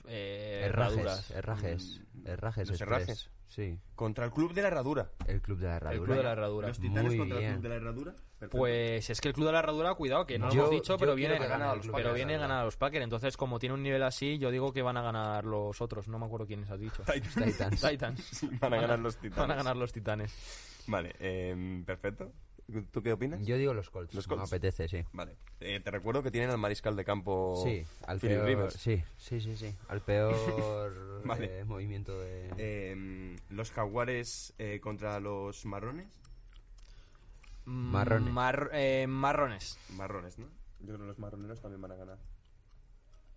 S1: Eh,
S2: Herrajes,
S1: herraduras.
S2: herrajes, herrajes.
S3: Mm, Los
S2: es
S3: herrajes.
S2: tres. Sí,
S3: Contra el Club de la Herradura.
S2: el club de la herradura.
S1: El club de la herradura.
S3: Los Titanes
S2: Muy
S3: contra el
S2: bien.
S3: Club de la Herradura. Perfecto.
S1: Pues es que el club de la herradura, cuidado, que no
S2: Yo-
S1: lo hemos dicho,
S2: yo
S1: pero
S2: quiero
S1: viene,
S2: que gane
S3: los
S1: pero
S3: Packers,
S1: viene
S3: la
S1: a ganar a los Packers. Entonces, como tiene un nivel así, yo digo que van a ganar los otros. No me acuerdo quiénes has dicho.
S2: Titans.
S1: Titans.
S3: Sí, van a ganar los Titanes.
S1: Van a ganar los titanes.
S3: Vale, em, perfecto. ¿Tú qué opinas?
S2: Yo digo los Colts,
S3: Los
S2: me
S3: Colts.
S2: apetece, sí.
S3: Vale. Eh, te recuerdo que tienen al mariscal de campo
S2: Sí, al
S3: Oh, Philip
S2: peor,
S3: Rivers.
S2: sí, sí, sí, sí, al peor
S3: Vale.
S2: eh, movimiento de
S3: Em, los jaguares eh, contra los marrones.
S2: Marrones.
S1: Mar- eh, marrones.
S3: Marrones, ¿no? Yo creo que los marroneros también van a ganar.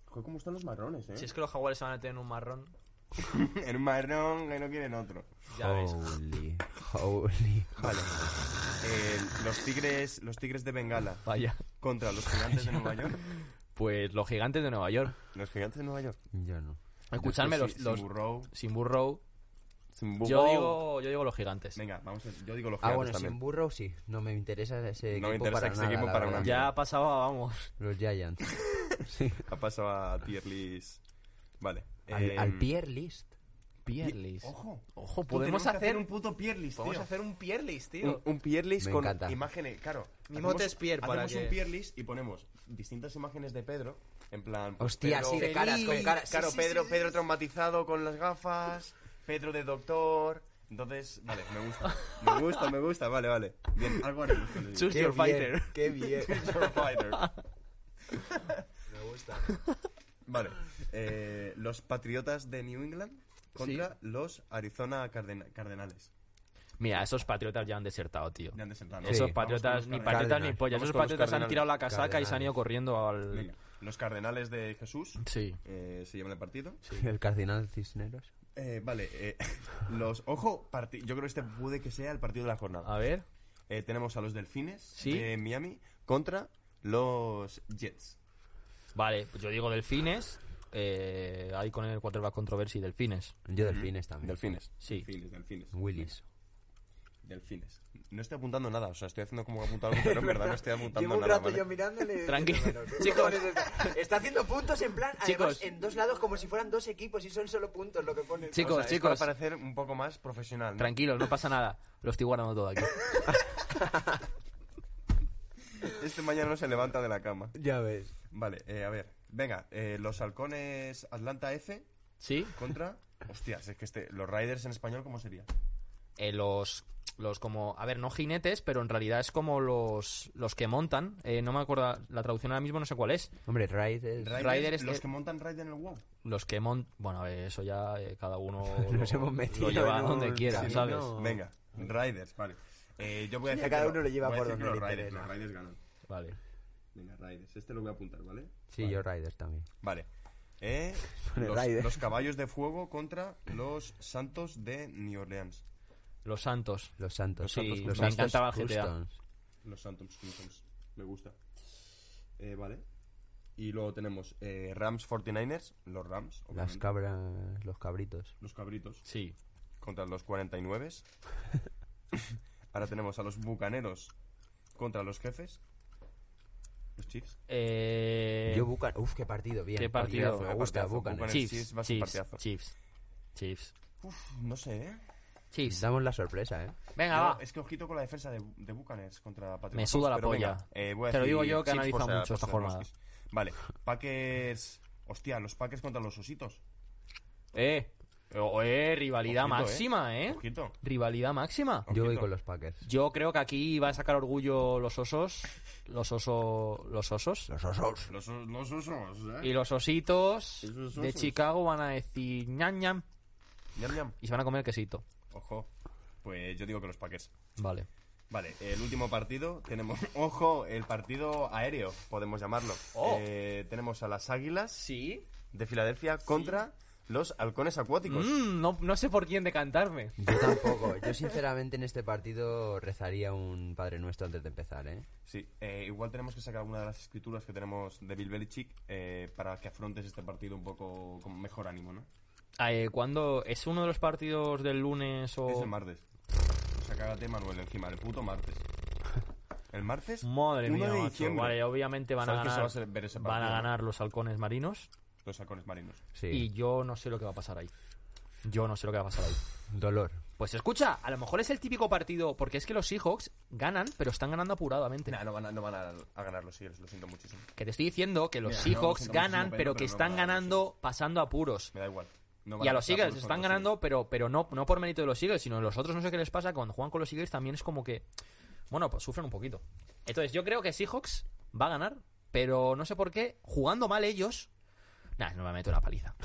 S3: Joder, ¿cómo están los marrones, eh?
S1: Si es que los jaguares se van a tener un marrón,
S3: en un marrón que no quieren otro.
S1: ya ves.
S2: holy, holy.
S3: Vale. Em, los tigres los tigres de Bengala
S1: Vaya.
S3: contra los gigantes de Nueva York.
S1: Pues los gigantes de Nueva York.
S3: Los gigantes de Nueva York.
S2: Yo no.
S1: Escuchadme,
S3: Yo
S1: los,
S3: es que
S1: los
S3: sin Burrow,
S1: sin Burrow.
S3: sin
S1: Yo
S3: Burrow.
S1: digo, yo digo los gigantes.
S3: Venga, vamos a, yo digo los
S2: Ah,
S3: gigantes
S2: bueno,
S3: pues también.
S2: sin Burrow sí, no me interesa ese
S3: No me
S2: equipo
S3: interesa
S2: para
S3: ese
S2: nada,
S3: equipo
S2: la
S3: para
S2: verdad.
S3: una
S1: Ya pasaba, vamos.
S2: Los Giants.
S3: Ha pasado a tier list. Vale.
S2: Al,
S3: em,
S2: al Pierre List.
S1: Pierlis.
S3: Ojo.
S1: Ojo,
S3: Tú,
S1: podemos
S3: tenemos que
S1: hacer
S3: un puto tier list,
S1: Podemos
S3: tío.
S1: hacer un pierlis, tío.
S3: un, un tier list
S2: Me
S3: con
S2: encanta.
S3: imágenes, claro.
S1: Mi
S3: hacemos-
S1: mote es Pierre para
S3: hacemos
S1: que-
S3: un tier list y ponemos distintas imágenes de Pedro, en plan pues,
S2: Hostia,
S3: Pedro-
S2: sí, de caras, con
S1: Feliz.
S2: caras.
S3: Claro, Pedro, Pedro traumatizado con las gafas, Pedro de doctor. Entonces, vale, me gusta. Me gusta, me gusta, vale, vale. Bien, algo haremos con el
S1: Choose your fighter.
S2: Qué bien.
S3: Your fighter.
S2: me gusta.
S3: Vale. eh, los Patriotas de New England contra los Arizona Carden- Cardenales.
S1: Mira, esos patriotas ya han desertado, tío.
S3: Ya han desertado, ¿no?
S2: Sí.
S1: Esos
S3: Vamos
S1: patriotas,
S3: con
S1: ni
S3: los
S1: patriotas ni
S2: Cardenales.
S1: pollas.
S3: Vamos
S1: Esos
S3: con los
S1: patriotas han
S3: Cardenales.
S1: tirado la casaca y se han ido
S2: Cardenales.
S1: corriendo al.
S3: Venga, Los cardenales de Jesús
S1: Sí.
S3: eh, se llaman el partido.
S2: El cardenal Cisneros.
S3: Eh, vale, eh, los. Ojo, parti- yo creo que este puede que sea el partido de la jornada.
S1: A ver.
S3: Eh, tenemos a los Delfines
S1: Ah. Sí.
S3: de Miami contra los Jets.
S1: Vale, pues yo digo delfines. Eh, ahí con el quarterback controversy, delfines.
S2: Yo delfines también.
S3: Delfines.
S1: Sí.
S3: Delfines, delfines.
S2: Willis.
S3: Delfines. No estoy apuntando nada, o sea, estoy haciendo como que apunto algo, pero en verdad no estoy apuntando
S6: Llevo un
S3: nada.
S6: rato
S3: ¿vale?
S6: yo mirándole.
S1: Tranqui-
S6: diciendo, bueno, ¿qué
S1: Chicos.
S6: cojones Está? está haciendo puntos en plan, además,
S1: Chicos.
S6: en dos lados como si fueran dos equipos y son solo puntos lo que ponen.
S1: Chicos,
S3: O sea, es para parecer un poco más profesional. ¿no?
S1: Tranquilos, no pasa nada. Lo estoy guardando todo aquí.
S3: Este mañana no se levanta de la cama.
S2: Ya ves.
S3: Vale, eh, a ver. Venga, eh, los halcones Atlanta F
S1: ¿Sí?
S3: contra... Hostias, es que este... Los Riders en español, ¿cómo sería?
S1: eh, los los como a ver no jinetes pero en realidad es como los los que montan eh, no me acuerdo la traducción ahora mismo no sé cuál es
S2: Hombre, Raid es...
S1: Riders
S3: los
S1: de-
S3: que montan Rider en el WoW.
S1: los que mon bueno a ver, eso ya eh, cada uno
S2: Nos
S1: lo,
S2: hemos metido
S1: lo lleva
S2: en un
S1: donde quiera
S2: camino.
S1: sabes
S3: Venga, Riders, vale. Eh, yo voy a
S6: Sí, a
S3: decir que
S6: cada
S3: lo-
S6: uno lo lleva
S3: voy a
S6: por
S3: decir
S6: donde
S3: que los
S6: le
S3: Riders,
S6: interesa.
S3: los Riders ganan.
S1: vale
S3: Venga, Riders. Este lo voy a apuntar, ¿vale?
S2: Sí, yo Raiders también.
S3: Vale. Eh,
S2: Pone
S3: los,
S2: Riders.
S3: los caballos de fuego contra los santos de New Orleans.
S1: los santos
S2: Los Santos.
S1: Los Santos,
S2: los
S1: me
S2: Santos
S1: encantaba el GTA.
S2: Pistons.
S3: Los Santos Crimsons. Me gusta. Eh, vale. Y luego tenemos eh, Rams 49ers, los Rams,
S2: Las
S3: obviamente.
S2: cabras... Los cabritos.
S3: los cabritos,
S1: sí
S3: contra los 49. Ahora tenemos a los Bucaneros contra los jefes. Los Chiefs.
S1: eh,
S2: Yo Bucan... Uf, qué partido, bien.
S1: qué partido,
S2: Partidazo,
S1: eh,
S2: Me gusta
S3: partidazo,
S2: Bucan.
S3: Bucan.
S1: Chiefs
S3: Chiefs va a ser
S1: Chiefs
S3: partidazo.
S1: Chiefs Chiefs
S3: Uf, no sé, ¿eh?
S1: Chiefs
S2: Damos la sorpresa, ¿eh.
S1: venga
S3: Yo-
S1: va
S3: es que ojito con la defensa de, de Bucaners contra Patriots.
S1: Me suda la
S3: pero
S1: polla.
S3: venga, eh, voy a
S1: Te lo
S3: decir
S1: digo yo que
S3: Chiefs
S1: analizo
S3: por ser-
S1: mucho
S3: por
S1: esta
S3: ser
S1: jornada.
S3: Huskies. Vale, Packers. Hostia, los Packers contra los ositos.
S1: eh oh, eh rivalidad
S3: Ojito, eh.
S1: máxima eh
S3: Ojito.
S1: rivalidad máxima
S2: Yo voy
S3: Ojito.
S2: con los Packers.
S1: yo creo que aquí va a sacar orgullo los osos los oso los osos
S2: Los osos.
S3: Los, os- los osos, ¿eh?
S1: Y los ositos
S3: Esos
S1: de
S3: osos.
S1: Chicago van a decir ñam ñam
S3: Ñam, ñam.
S1: y se van a comer quesito.
S3: Ojo. Pues yo digo que los Packers.
S1: Vale.
S3: Vale, el último partido tenemos. Ojo, el partido aéreo, podemos llamarlo.
S1: Oh.
S3: Eh, tenemos a las Águilas
S1: Sí.
S3: de Filadelfia contra los halcones acuáticos.
S1: Pues, no, no sé por quién decantarme.
S2: Yo tampoco. Yo sinceramente en este partido rezaría un Padre Nuestro antes de empezar, ¿eh?
S3: Sí, eh, igual tenemos que sacar alguna de las escrituras que tenemos de Bill Belichick eh, para que afrontes este partido un poco con mejor ánimo, ¿no?
S1: Ah, eh, ¿Cuándo es uno de los partidos del lunes o.?
S3: Es el martes. O sea, cágate, Manuel, encima, el puto martes. ¿El martes?
S1: Madre
S3: 1
S1: mía,
S3: de
S1: macho.
S3: diciembre.
S1: Vale, obviamente van a
S3: ¿Sabes que se
S1: ganar.
S3: va a ver ese
S1: van a
S3: partido, no?
S1: ganar los halcones marinos.
S3: Los halcones marinos.
S2: Sí.
S1: Y yo no sé lo que va a pasar ahí. Yo no sé lo que va a pasar ahí.
S2: Dolor.
S1: Pues escucha, a lo mejor es el típico partido. Porque es que los Seahawks ganan, pero están ganando apuradamente.
S3: Nah, no van a, no van a, a ganar los Eagles, lo siento muchísimo.
S1: Que te estoy diciendo que los
S3: Mira, no,
S1: Seahawks
S3: siento muchísimo,
S1: ganan,
S3: pero-
S1: pero que
S3: pero no
S1: están
S3: van a ganar los
S1: ganando pasando apuros.
S3: Me da igual. No van
S1: Y a los
S3: pasar
S1: Eagles
S3: por
S1: están
S3: los
S1: ganando, pero, pero no, no por mérito de los Eagles, sino los otros no sé qué les pasa. Cuando juegan con los Eagles también es como que, bueno, pues sufren un poquito. Entonces yo creo que Seahawks va a ganar, pero no sé por qué, jugando mal ellos... Nah, no me meto una paliza.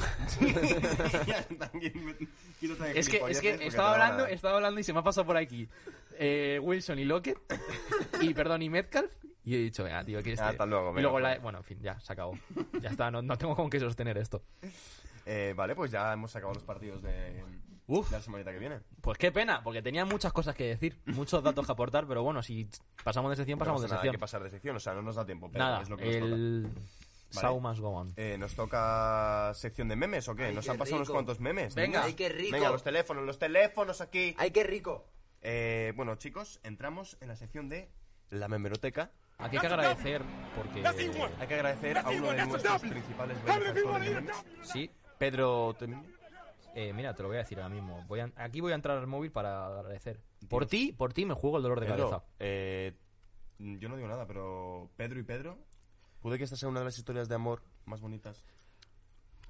S1: Es que,
S3: eh?
S1: es que estaba hablando, estaba hablando y se me ha pasado por aquí eh, Wilson y Lockett, y perdón, y Metcalf, y he dicho, venga, tío, aquí este-
S3: Hasta luego,
S1: y
S3: venga,
S1: luego
S3: pues.
S1: la- Bueno, en fin, ya, se acabó. Ya está, no, no tengo con qué sostener esto.
S3: Eh, vale, pues ya hemos acabado los partidos de,
S1: Uf.
S3: de la semanita que viene.
S1: Pues qué pena, porque tenía muchas cosas que decir, muchos datos que aportar, pero bueno, si pasamos de sección, pasamos de
S3: no pasa nada, hay
S1: sección.
S3: que pasar de sección, o sea, no nos da tiempo, pero
S1: Nada,
S3: es lo que nos toca.
S1: el
S3: Vale.
S1: Sau más Go On.
S3: Eh, ¿Nos toca sección de memes o qué?
S6: Ay,
S3: nos
S6: qué
S3: han pasado unos
S6: rico.
S3: cuantos memes.
S6: Venga.
S3: niños.
S6: Ay, qué rico.
S3: Venga, los teléfonos, los teléfonos aquí.
S6: ¡Ay, qué rico!
S3: Eh, bueno, chicos, entramos en la sección de la memeroteca.
S1: Aquí hay que agradecer, porque...
S3: Hay que agradecer a uno de nuestros principales benefactores de memes,
S1: Sí,
S3: Pedro Temiño.
S1: eh, mira, te lo voy a decir ahora mismo. Voy a- aquí voy a entrar al móvil para agradecer. Por ti, por ti me juego el dolor de cabeza.
S3: Pedro, eh, yo no digo nada, pero Pedro y Pedro, puede que esta sea una de las historias de amor más bonitas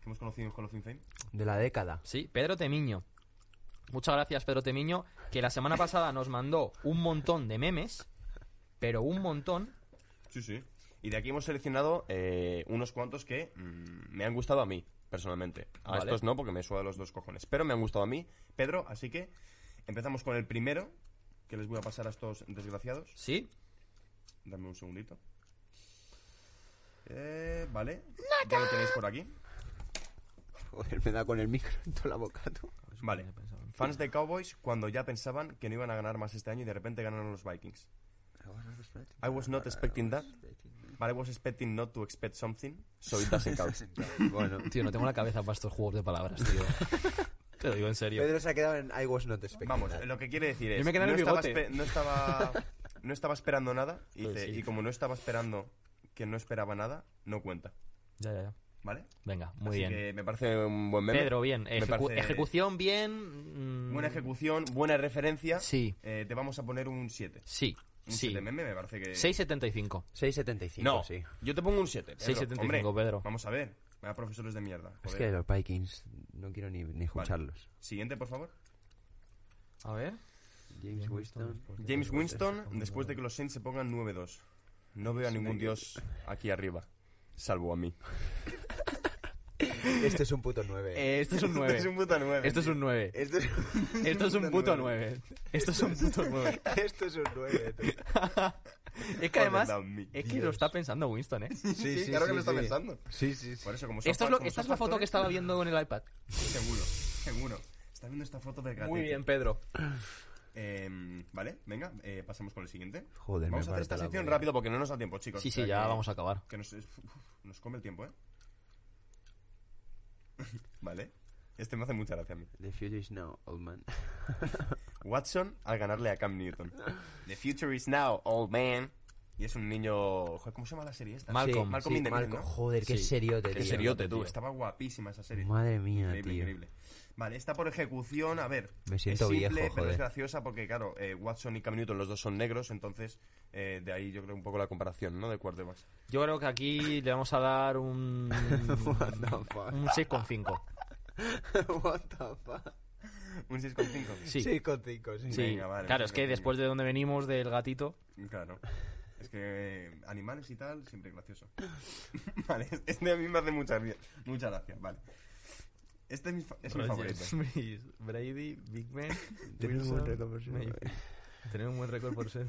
S3: que hemos conocido en Hall of Fame.
S2: De la década.
S1: Sí, Pedro Temiño. Muchas gracias, Pedro Temiño, que la semana pasada nos mandó un montón de memes, pero un montón.
S3: Sí, sí. Y de aquí hemos seleccionado eh, unos cuantos que mm, me han gustado a mí, personalmente. A
S1: Vale.
S3: estos no, porque me suda los dos cojones. Pero me han gustado a mí, Pedro, así que Empezamos con el primero, que les voy a pasar a estos desgraciados.
S1: ¿Sí?
S3: Dame un segundito. Eh, vale. Ya lo tenéis por aquí.
S2: Joder, me da con el micro en toda la boca, tú.
S3: Vale. Fans de Cowboys cuando ya pensaban que no iban a ganar más este año y de repente ganaron los Vikings. I was not expecting that, but I was expecting not to expect something, so it doesn't count.
S2: Bueno.
S1: Tío, no tengo la cabeza para estos juegos de palabras, tío. Te lo digo en serio.
S2: Pedro se ha quedado en I was not expecting
S3: Vamos,
S2: that.
S3: lo que quiere decir es...
S1: Yo me quedé en
S3: no
S1: el
S3: estaba
S1: bigote.
S3: espe- No estaba, no estaba esperando nada, y, dice,
S1: sí.
S3: y como no estaba esperando que no esperaba nada, no cuenta.
S1: Ya, ya, ya.
S3: ¿Vale?
S1: Venga, muy
S3: Así
S1: bien.
S3: que me parece un buen meme.
S1: Pedro, bien.
S3: Me
S1: Ejecu-
S3: parece
S1: Ejecución, bien. mm,
S3: Buena ejecución, buena referencia.
S1: Sí.
S3: Eh, te vamos a poner un 7.
S1: Sí,
S3: Un
S1: sí.
S3: 7 meme me parece que...
S1: 6.75.
S2: 6.75,
S3: No,
S2: sí.
S3: yo te pongo un 7.
S1: 6,75, Pedro.
S3: Vamos a ver. Vaya profesores de mierda.
S2: Es
S3: joder.
S2: que los Vikings, no quiero ni, ni escucharlos.
S3: Siguiente, por favor.
S1: A ver.
S2: James Winston.
S1: Pues
S3: James Winston, después de que los Saints se pongan 9-2. No veo a ningún dios aquí arriba. Salvo a mí.
S2: Este es un puto
S3: Eh.
S2: 9.
S1: Eh, esto es un 9.
S3: es un puto 9.
S1: Esto es un 9.
S2: Esto es,
S1: Esto es un puto 9. Esto es un puto 9.
S2: esto este es un 9. tú.
S1: Es que además,
S3: Joder, Dami.
S1: es que lo está pensando Winston, ¿eh?
S2: Sí, sí,
S3: claro
S2: sí,
S3: que lo está
S2: sí.
S3: pensando.
S2: Sí, sí, sí.
S3: Por eso, como son
S1: Esto es
S3: fa-
S1: lo-
S3: como
S1: esta es
S3: son
S1: la foto que
S3: factores,
S1: estaba viendo con el iPad.
S3: Seguro, seguro. Está viendo esta foto del gatito.
S1: Pedro.
S3: Eh, vale, venga, eh, pasamos con el siguiente.
S2: Joder,
S3: vamos
S2: me
S3: a hacer esta
S2: falta la
S3: sección
S2: bola.
S3: rápido porque no nos da tiempo, chicos.
S1: Sí,
S3: O sea
S1: sí, ya
S3: que-
S1: vamos a acabar.
S3: Que nos, uf, nos come el tiempo, ¿eh? vale. Este me hace mucha gracia a mí.
S2: The future is now, old man.
S3: Watson al ganarle a Cam Newton. The future is now, old man. Y es un niño... joder, ¿Cómo se llama la serie esta?
S1: Malcolm.
S3: Malcolm in the Middle,
S2: Malcolm.
S3: ¿no?
S2: Joder, qué
S1: Sí.
S2: seriote, tío.
S3: Qué seriote, tú. Estaba guapísima esa serie.
S2: Madre mía,
S3: increíble,
S2: tío.
S3: increíble. Vale, esta por ejecución, a ver.
S2: Me siento
S3: es simple,
S2: viejo,
S3: pero
S2: joder.
S3: es graciosa porque, claro, eh, Watson y Cam Newton, los dos son negros, entonces eh, de ahí yo creo un poco la comparación, ¿no? De quarterbacks.
S1: Yo creo que aquí le vamos a dar un.
S2: What the fuck?
S1: un 6,5.
S2: What the fuck.
S3: Un 6,5.
S1: Sí.
S2: Sí, con 5, sí.
S1: Sí.
S3: Venga, vale,
S1: claro,
S3: venga,
S1: es que
S3: venga.
S1: después de donde venimos del gatito.
S3: Claro. Es que eh, animales y tal, siempre gracioso. vale, este a mí me hace mucha, ri- mucha gracia, vale. Este es mi, fa- es mi favorito.
S1: Brady, Big Man.
S2: Tenemos un récord por ser un Mayfield.
S1: Tenemos un buen récord por ser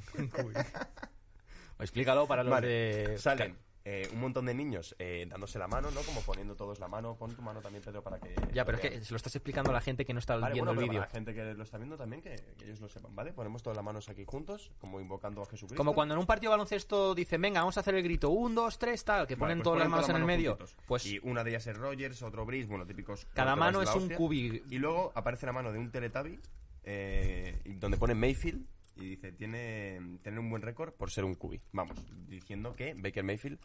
S1: Explícalo para los
S3: Vale,
S1: de.
S3: Salen eh, un montón de niños eh, dándose la mano, ¿no? Como poniendo todos la mano. Pon tu mano también, Pedro, para que...
S1: Ya, pero es
S3: lo
S1: que
S3: vean.
S1: se lo estás explicando a la gente que no está
S3: Vale,
S1: viendo
S3: bueno, pero
S1: el
S3: para
S1: vídeo.
S3: la gente que lo está viendo también, que, que ellos lo sepan, ¿vale? Ponemos todas las manos aquí juntos, como invocando a Jesucristo.
S1: Como cuando en un partido de baloncesto dicen, venga, vamos a hacer el grito, un, dos, tres, tal, que
S3: Vale,
S1: ponen
S3: pues
S1: todas las
S3: ponen
S1: manos en
S3: todas
S1: el medio.
S3: juntitos.
S1: Pues
S3: Y una de ellas es Rogers, otro Brice, bueno, típicos...
S1: cada
S3: quarterbacks
S1: mano
S3: de la
S1: es un
S3: hostia.
S1: cubi.
S3: Y luego aparece la mano de un Teletubby eh, y donde pone Mayfield y dice tiene tener un buen récord por ser un cubi. Vamos, diciendo que Baker Mayfield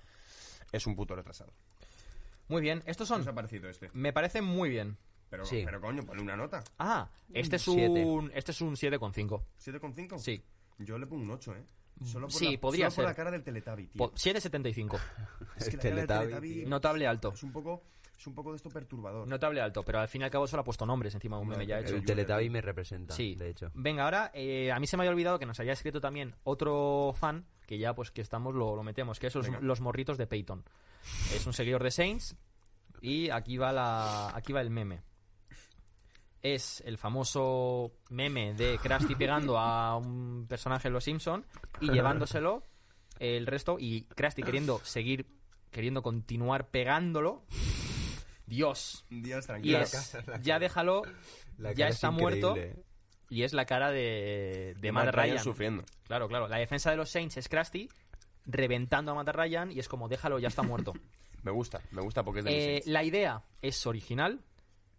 S3: es un puto retrasado.
S1: Muy bien, estos
S3: ¿Qué os ha
S1: son.
S3: parecido este?
S1: Me parecen muy bien.
S3: Pero,
S2: Sí.
S3: pero coño, ponle una nota.
S1: Ah,
S3: Mm,
S1: este es
S2: siete.
S1: un. Este es un 7,5.
S3: ¿7,5?
S1: Sí.
S3: Yo le pongo un 8, ¿eh? Solo por
S1: Sí,
S3: la,
S1: podría
S3: solo por
S1: ser.
S3: la cara del Teletubby, tío.
S1: Po- 7,75.
S3: es que la cara
S2: Teletubby,
S3: del Teletubby
S2: tío.
S1: Notable alto.
S3: es un poco es un poco de esto perturbador.
S1: Notable alto, pero al fin y al cabo solo ha puesto nombres encima de un
S3: Hombre,
S1: meme ya
S3: el-
S1: hecho.
S2: El Teletubby me representa,
S1: Sí.
S2: de hecho.
S1: Venga, ahora eh, a mí se me había olvidado que nos había escrito también otro fan, que ya pues que estamos, lo, lo metemos, que es los,
S3: Venga.
S1: los morritos de Peyton. Es un seguidor de Saints y aquí va, la, aquí va el meme. Es el famoso meme de Krusty pegando a un personaje de Los Simpson y llevándoselo el resto y Krusty queriendo seguir, queriendo continuar pegándolo. Dios.
S3: Dios,
S1: Y
S3: tranquilo.
S1: es, ya déjalo,
S2: La
S1: ya
S2: cara es
S1: está
S2: increíble,
S1: muerto.
S2: ¿eh?
S1: Y es la cara de, de
S3: Matt
S1: Matt Ryan.
S3: sufriendo.
S1: Claro, claro. La defensa de los Saints es Krusty reventando a Matt Ryan y es como, déjalo, ya está muerto.
S3: Me gusta, me gusta porque es de mis
S1: Eh,
S3: series.
S1: la idea es original.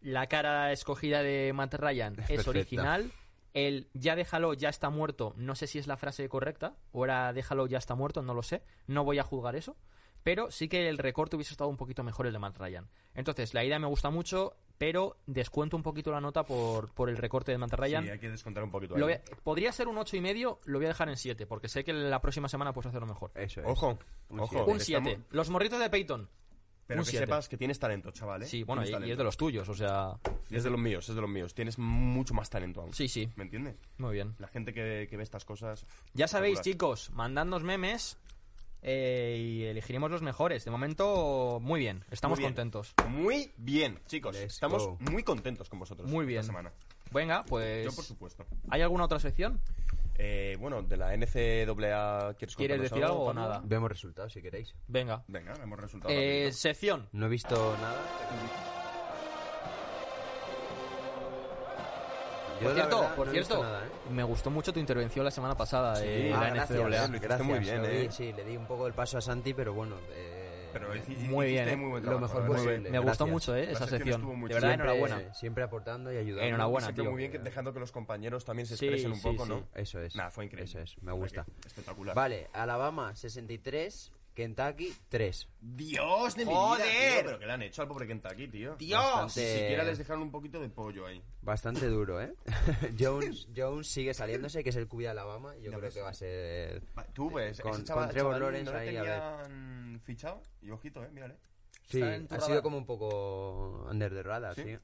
S1: La cara escogida de Matt Ryan es,
S2: perfecta.
S1: original. El ya déjalo, ya está muerto, no sé si es la frase correcta. O era déjalo, ya está muerto, no lo sé. No voy a juzgar eso. Pero sí que el recorte hubiese estado un poquito mejor el de Matt Ryan. Entonces, la idea me gusta mucho, pero descuento un poquito la nota por, por el recorte de Matt Ryan.
S3: Sí, hay que descontar un poquito.
S1: Lo voy
S3: ahí.
S1: a- podría ser un ocho y medio, lo voy a dejar en 7, porque sé que la próxima semana puedes hacerlo mejor.
S2: Eso es.
S3: Ojo,
S2: Un
S3: ojo.
S2: siete.
S1: un 7.
S3: Eh, estamos-
S1: Los morritos de Peyton.
S3: Pero
S1: Un
S3: que
S1: siete.
S3: sepas que tienes talento, chaval. ¿eh?
S1: Sí, bueno, y,
S3: Tienes
S1: y
S3: talento.
S1: es de los tuyos, o sea...
S3: Y es de los míos, es de los míos. Tienes mucho más talento aún.
S1: Sí, sí,
S3: ¿Me entiendes?
S1: muy bien.
S3: La gente que, que ve estas cosas.
S1: Ya sabéis,
S3: espectacular.
S1: chicos, mandadnos memes eh, y elegiremos los mejores. De momento, muy bien. Estamos
S3: Muy bien.
S1: contentos.
S3: Muy bien, chicos.
S2: Let's
S3: Estamos
S2: go.
S3: muy contentos con vosotros.
S1: Muy
S3: Pues, esta
S1: bien.
S3: semana.
S1: Venga, pues.
S3: Yo, por supuesto.
S1: ¿Hay alguna otra sección?
S3: Eh, bueno, de la NCAA, ¿quieres,
S1: ¿Quieres
S3: contarnos
S1: decir algo o
S3: Pablo?
S1: nada?
S2: Vemos resultados si queréis.
S1: Venga.
S3: Venga, hemos resultado.
S1: Eh,
S3: rapidito.
S1: sección.
S2: No he visto nada.
S1: Por
S2: Yo, la
S1: cierto,
S2: verdad,
S1: por
S2: no he visto
S1: cierto,
S2: nada, ¿eh?
S1: me gustó mucho tu intervención la semana pasada de
S2: Ah,
S1: la
S2: gracias,
S1: NCAA.
S2: gracias,
S3: Lo hiciste
S2: gracias,
S3: muy bien,
S2: lo vi,
S3: ¿eh?
S2: Sí, le di un poco el paso a Santi, pero bueno. eh,
S3: Pero hici-
S1: muy bien,
S3: hiciste
S1: eh.
S3: muy buen
S2: Lo
S3: trabajo,
S2: mejor
S3: la verdad.
S2: posible.
S1: me
S2: Gracias.
S1: gustó mucho, ¿eh?
S3: La
S1: Esa
S3: sección
S1: sección.
S3: estuvo muy
S1: De verdad,
S3: chula.
S1: enhorabuena.
S2: Siempre aportando y ayudando.
S1: Enhorabuena,
S3: Siempre
S1: tío.
S3: muy bien que dejando que los compañeros también se
S1: Sí,
S3: expresen un
S1: sí,
S3: poco,
S1: sí.
S3: ¿no?
S2: Eso es.
S3: Nada, fue increíble.
S2: Eso es, me gusta.
S3: Espectacular.
S2: Vale, Alabama 63, Kentucky 3.
S3: Dios de mi vida, tío, pero que le han hecho al pobre Kentucky, tío.
S2: Dios.
S3: Ni siquiera les dejaron un poquito de pollo ahí.
S2: Bastante duro, ¿eh? Jones, Jones sigue saliéndose, que es el cubi de Alabama. Yo
S3: No,
S2: creo
S3: pues-
S2: que va a ser.
S3: Va, Tú, pues,
S2: Con-
S3: ese chaval,
S2: con Trevor
S3: chaval,
S2: Lawrence
S3: no le
S2: ahí, a ver.
S3: tenían fichado. Y ojito, eh, mírale.
S2: Sí,
S1: Está en tu
S2: ha
S1: radar.
S2: sido como un poco under the radar,
S3: Sí.
S2: sí.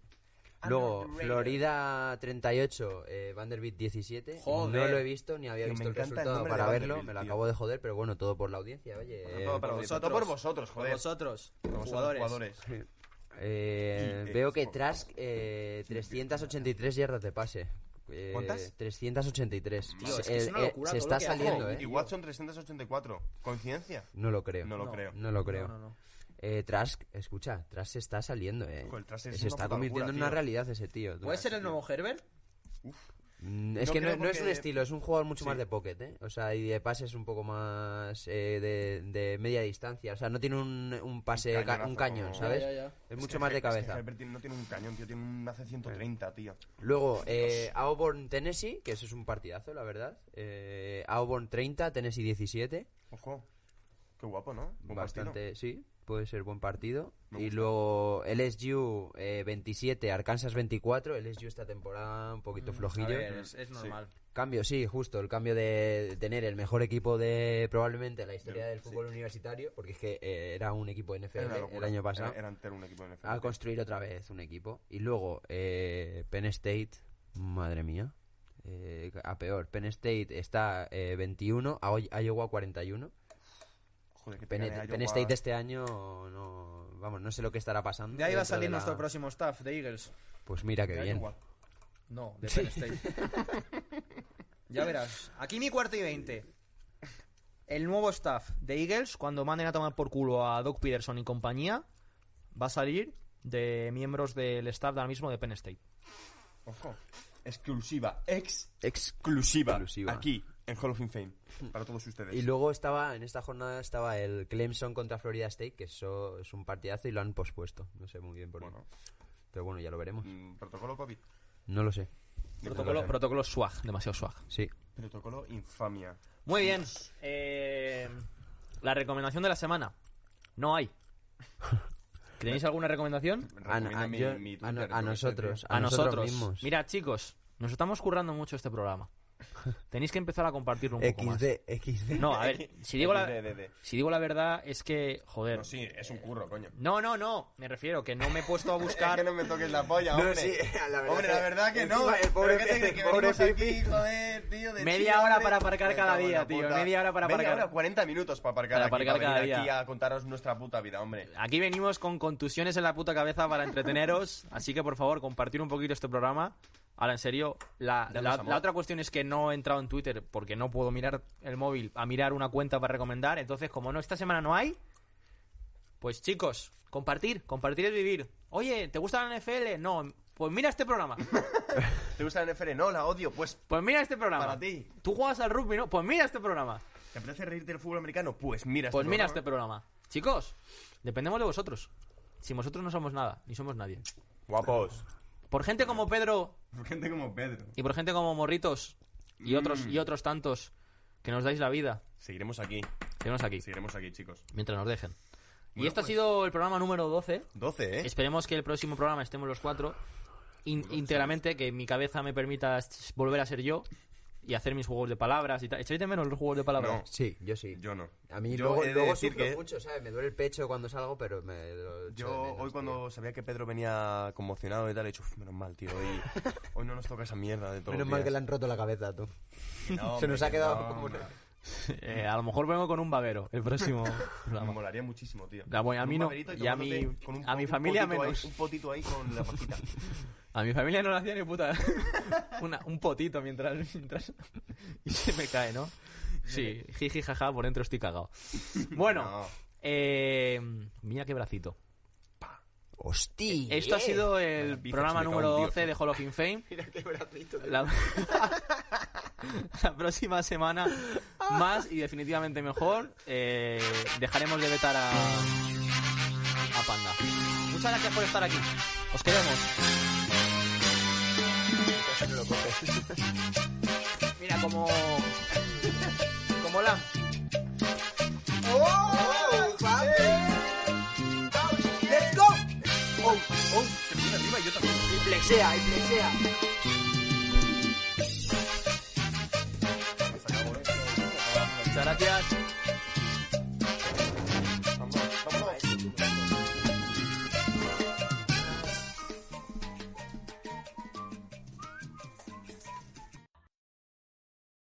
S2: Luego,
S3: Underrated.
S2: Florida 38, eh, Vanderbilt 17.
S1: Joder.
S2: No lo he visto ni había
S3: Tío, me
S2: visto el
S3: encanta el
S2: resultado
S3: nombre de
S2: para verlo.
S3: Vanderbilt,
S2: Me lo
S3: tío.
S2: acabo de joder, pero bueno, todo por la audiencia, oye. eh,
S3: Todo para
S1: por
S3: vosotros.
S1: vosotros.
S3: Todo por vosotros,
S1: Por
S3: joder.
S1: vosotros,
S3: Por vosotros,
S1: jugadores.
S3: jugadores.
S2: Eh,
S3: Y, eh,
S2: veo que
S3: por-
S2: Trask, eh, 383 yardas de pase. Eh,
S3: ¿Cuántas?
S2: 383.
S1: Tío, es que es una locura
S2: eh, se
S1: todo lo
S2: está
S1: que hace.
S2: saliendo,
S3: Ojo,
S2: ¿eh?
S3: Y Watson 384. ¿Coincidencia?
S2: No lo creo.
S3: No lo creo.
S2: No lo creo.
S1: No, no, no.
S2: Eh, Trask, escucha, Trask se está saliendo, ¿eh?
S3: Ojo, el Trask
S2: se
S3: es
S2: está
S3: una puta
S2: convirtiendo
S3: locura,
S2: en una
S3: tío.
S2: realidad ese tío.
S1: ¿Puede ser el nuevo Herbert?
S2: Mm, Es
S3: No
S2: que no,
S3: creo
S2: no es un
S3: porque-
S2: estilo, es un jugador mucho
S3: Sí.
S2: más de pocket, ¿eh? O sea, y de pases un poco más eh, de, de media distancia. O sea, no tiene un, un pase,
S3: Un
S2: un, ca-
S3: cañonazo
S2: un cañón,
S3: como-
S2: ¿sabes?
S1: Ya, ya, ya.
S2: Es
S3: Es
S2: mucho
S3: que
S2: más
S3: Her-
S2: de
S3: es que
S2: cabeza.
S3: Herbert tiene- no tiene un cañón, tío. Tiene un AC-130, tío.
S2: Luego, eh, Auburn, Tennessee, que eso es un partidazo, la verdad. Eh, Auburn 30, Tennessee 17.
S3: Ojo. Qué guapo, ¿no? Buen
S2: Bastante, sí, puede ser buen partido.
S3: Me
S2: Y
S3: gusta.
S2: luego LSU eh, 27, Arkansas 24. LSU esta temporada un
S3: Mm,
S2: poquito flojillo.
S1: A ver, es, es
S3: Sí.
S1: normal.
S2: Cambio, sí, justo. El cambio de tener el mejor equipo de probablemente la historia del fútbol universitario, porque es que eh, era un equipo de NFL
S3: Era una locura.
S2: eh, el año pasado, Ah,
S3: Era, era entero un equipo de NFL.
S2: a construir otra vez un equipo. Y luego eh, Penn State, madre mía, eh, a peor. Penn State está eh, 21, a hoy- Iowa 41.
S3: Joder, eh, que
S2: Penn,
S3: te gane
S2: Penn
S3: Iowa.
S2: State este año, no, vamos, no sé lo que estará pasando.
S1: De ahí va a
S2: dentro
S1: salir
S2: la-
S1: nuestro próximo staff de Eagles.
S2: Pues mira
S3: Te
S2: que
S3: gane
S2: bien.
S3: Iowa.
S1: No, de Penn State. ya verás. Aquí mi cuarto y veinte. El nuevo staff de Eagles, cuando manden a tomar por culo a Doc Peterson y compañía, va a salir de miembros del staff de ahora mismo de Penn State.
S3: Ojo. Exclusiva. Ex
S2: Exclusiva.
S3: exclusiva, aquí en Hall of Fame
S1: Hmm.
S3: para todos ustedes.
S2: Y luego estaba, en esta jornada estaba el Clemson contra Florida State, que eso es un partidazo y lo han pospuesto. No sé muy bien por
S3: Bueno.
S2: qué. Pero bueno, ya lo veremos.
S3: Mm, protocolo COVID.
S2: No lo sé.
S1: Protocolo, protocolo swag, demasiado swag.
S2: Sí.
S3: Protocolo infamia.
S1: Muy bien. Eh, la recomendación de la semana. No hay. ¿Tenéis alguna recomendación?
S2: A,
S3: Recomienda
S1: ah,
S2: a-
S3: mi-
S2: ah, yo-
S3: mi
S2: a no-
S3: Twitter,
S2: a
S3: yo qué sé,
S2: nosotros,
S3: tío.
S2: a, nosotros, mismos.
S1: Mira, chicos, nos estamos currando mucho este programa. Tenéis que empezar a compartirlo un poco más.
S2: XD, XD.
S1: No, a ver, si digo
S3: De,
S1: la,
S3: de, de.
S1: si digo la verdad es que, joder.
S3: No, sí, es un curro, coño.
S1: No, no, no, me refiero que no me he puesto a buscar.
S3: me toques la polla,
S2: No, sí, la verdad
S3: hombre,
S2: que-
S3: la verdad que no. Eh,
S2: encima el pobre-
S3: ¿Pero qué te crees que
S2: el pobre
S3: venimos aquí, joder, tío? de
S1: Media
S3: Chile,
S1: hora
S3: hombre?
S1: para aparcar
S3: Me
S1: cada
S3: cago en
S1: día,
S3: la
S1: tío,
S3: puta.
S1: media hora para
S3: Media
S1: aparcar.
S3: hora, 40 minutos para aparcar
S1: Para
S3: aquí,
S1: aparcar
S3: para
S1: cada
S3: venir aquí
S1: día.
S3: a contaros nuestra puta vida, hombre.
S1: Aquí venimos con contusiones en la puta cabeza para entreteneros, así que por favor, compartir un poquito este programa. Ahora, en serio, la,
S3: Danos
S1: la-
S3: amor.
S1: la otra cuestión es que no he entrado en Twitter porque no puedo mirar el móvil a mirar una cuenta para recomendar. Entonces, como no, esta semana no hay, pues chicos, compartir, compartir es vivir. Oye, ¿te gusta la NFL? No, pues mira este programa.
S3: ¿Te gusta la NFL? No, la odio. Pues,
S1: Pues mira este programa.
S3: Para ti.
S1: ¿Tú juegas al rugby, no? Pues mira este programa.
S3: ¿te parece reírte del fútbol americano? Pues mira
S1: Pues mira este
S3: programa.
S1: programa. Chicos, dependemos de vosotros. Si vosotros no somos nada, ni somos nadie.
S3: Guapos.
S1: Por gente como Pedro
S3: Gente como Pedro.
S1: y por gente como Morritos y
S3: Mm.
S1: otros y otros tantos que nos dais la vida,
S3: Seguiremos aquí.
S1: tenemos aquí,
S3: Seguiremos aquí, chicos.
S1: mientras nos dejen. y
S3: Bueno,
S1: este ha
S3: pues.
S1: sido el programa número 12.
S3: 12, ¿eh?
S1: Esperemos que el próximo programa estemos los cuatro in- íntegramente, que mi cabeza me permita s- volver a ser yo y hacer mis juegos de palabras y tal. ¿Echáis de menos los juegos de palabras?
S3: No.
S2: Sí, yo sí.
S3: Yo no.
S2: A mí
S3: Yo
S2: luego,
S3: he de
S2: luego
S3: decir
S2: sufro
S3: que-
S2: mucho, ¿sabes? Me duele el pecho cuando salgo, pero me lo echo
S3: Yo
S2: de menos,
S3: hoy cuando sabía que Pedro venía conmocionado y tal, he dicho, "Uf, menos mal, tío, hoy, hoy no nos toca esa mierda de
S2: tío.
S3: todo.
S2: Menos mal que le han roto la cabeza, tú.
S3: No,
S2: Se nos
S3: hombre,
S2: ha quedado
S3: no,
S2: como
S3: hombre.
S1: Eh, a lo mejor vengo con un babero el próximo
S3: Me
S1: programa.
S3: molaría muchísimo, tío.
S1: Ya, bueno, a
S3: Con
S1: mí
S3: un
S1: no,
S3: baberito
S1: y a
S3: tomándote
S1: mí-
S3: con
S1: a mi
S3: un
S1: familia
S3: potito ahí-
S1: menos.
S3: un potito ahí con la pastita.
S1: A mi familia no le hacía ni puta. Una, un potito mientras, mientras. Y se me cae, ¿no? Sí, jiji, jaja, por dentro estoy cagado. Bueno,
S3: No.
S1: eh, mira qué bracito.
S2: ¡Hostia!
S1: E-, Esto ha sido el
S3: Vaya bíceps,
S1: programa
S3: me cago en
S1: número
S3: Dios.
S1: 12 de Hall of Fame.
S6: Mira qué bracito.
S1: La... la próxima semana más y definitivamente mejor eh, dejaremos de vetar a, a Panda. Muchas gracias por estar aquí. Os queremos. Mira como como la
S6: ¡Oh, papi! ¡Let's go! ¡Oh, oh! Y flexea, y flexea.
S1: Muchas gracias.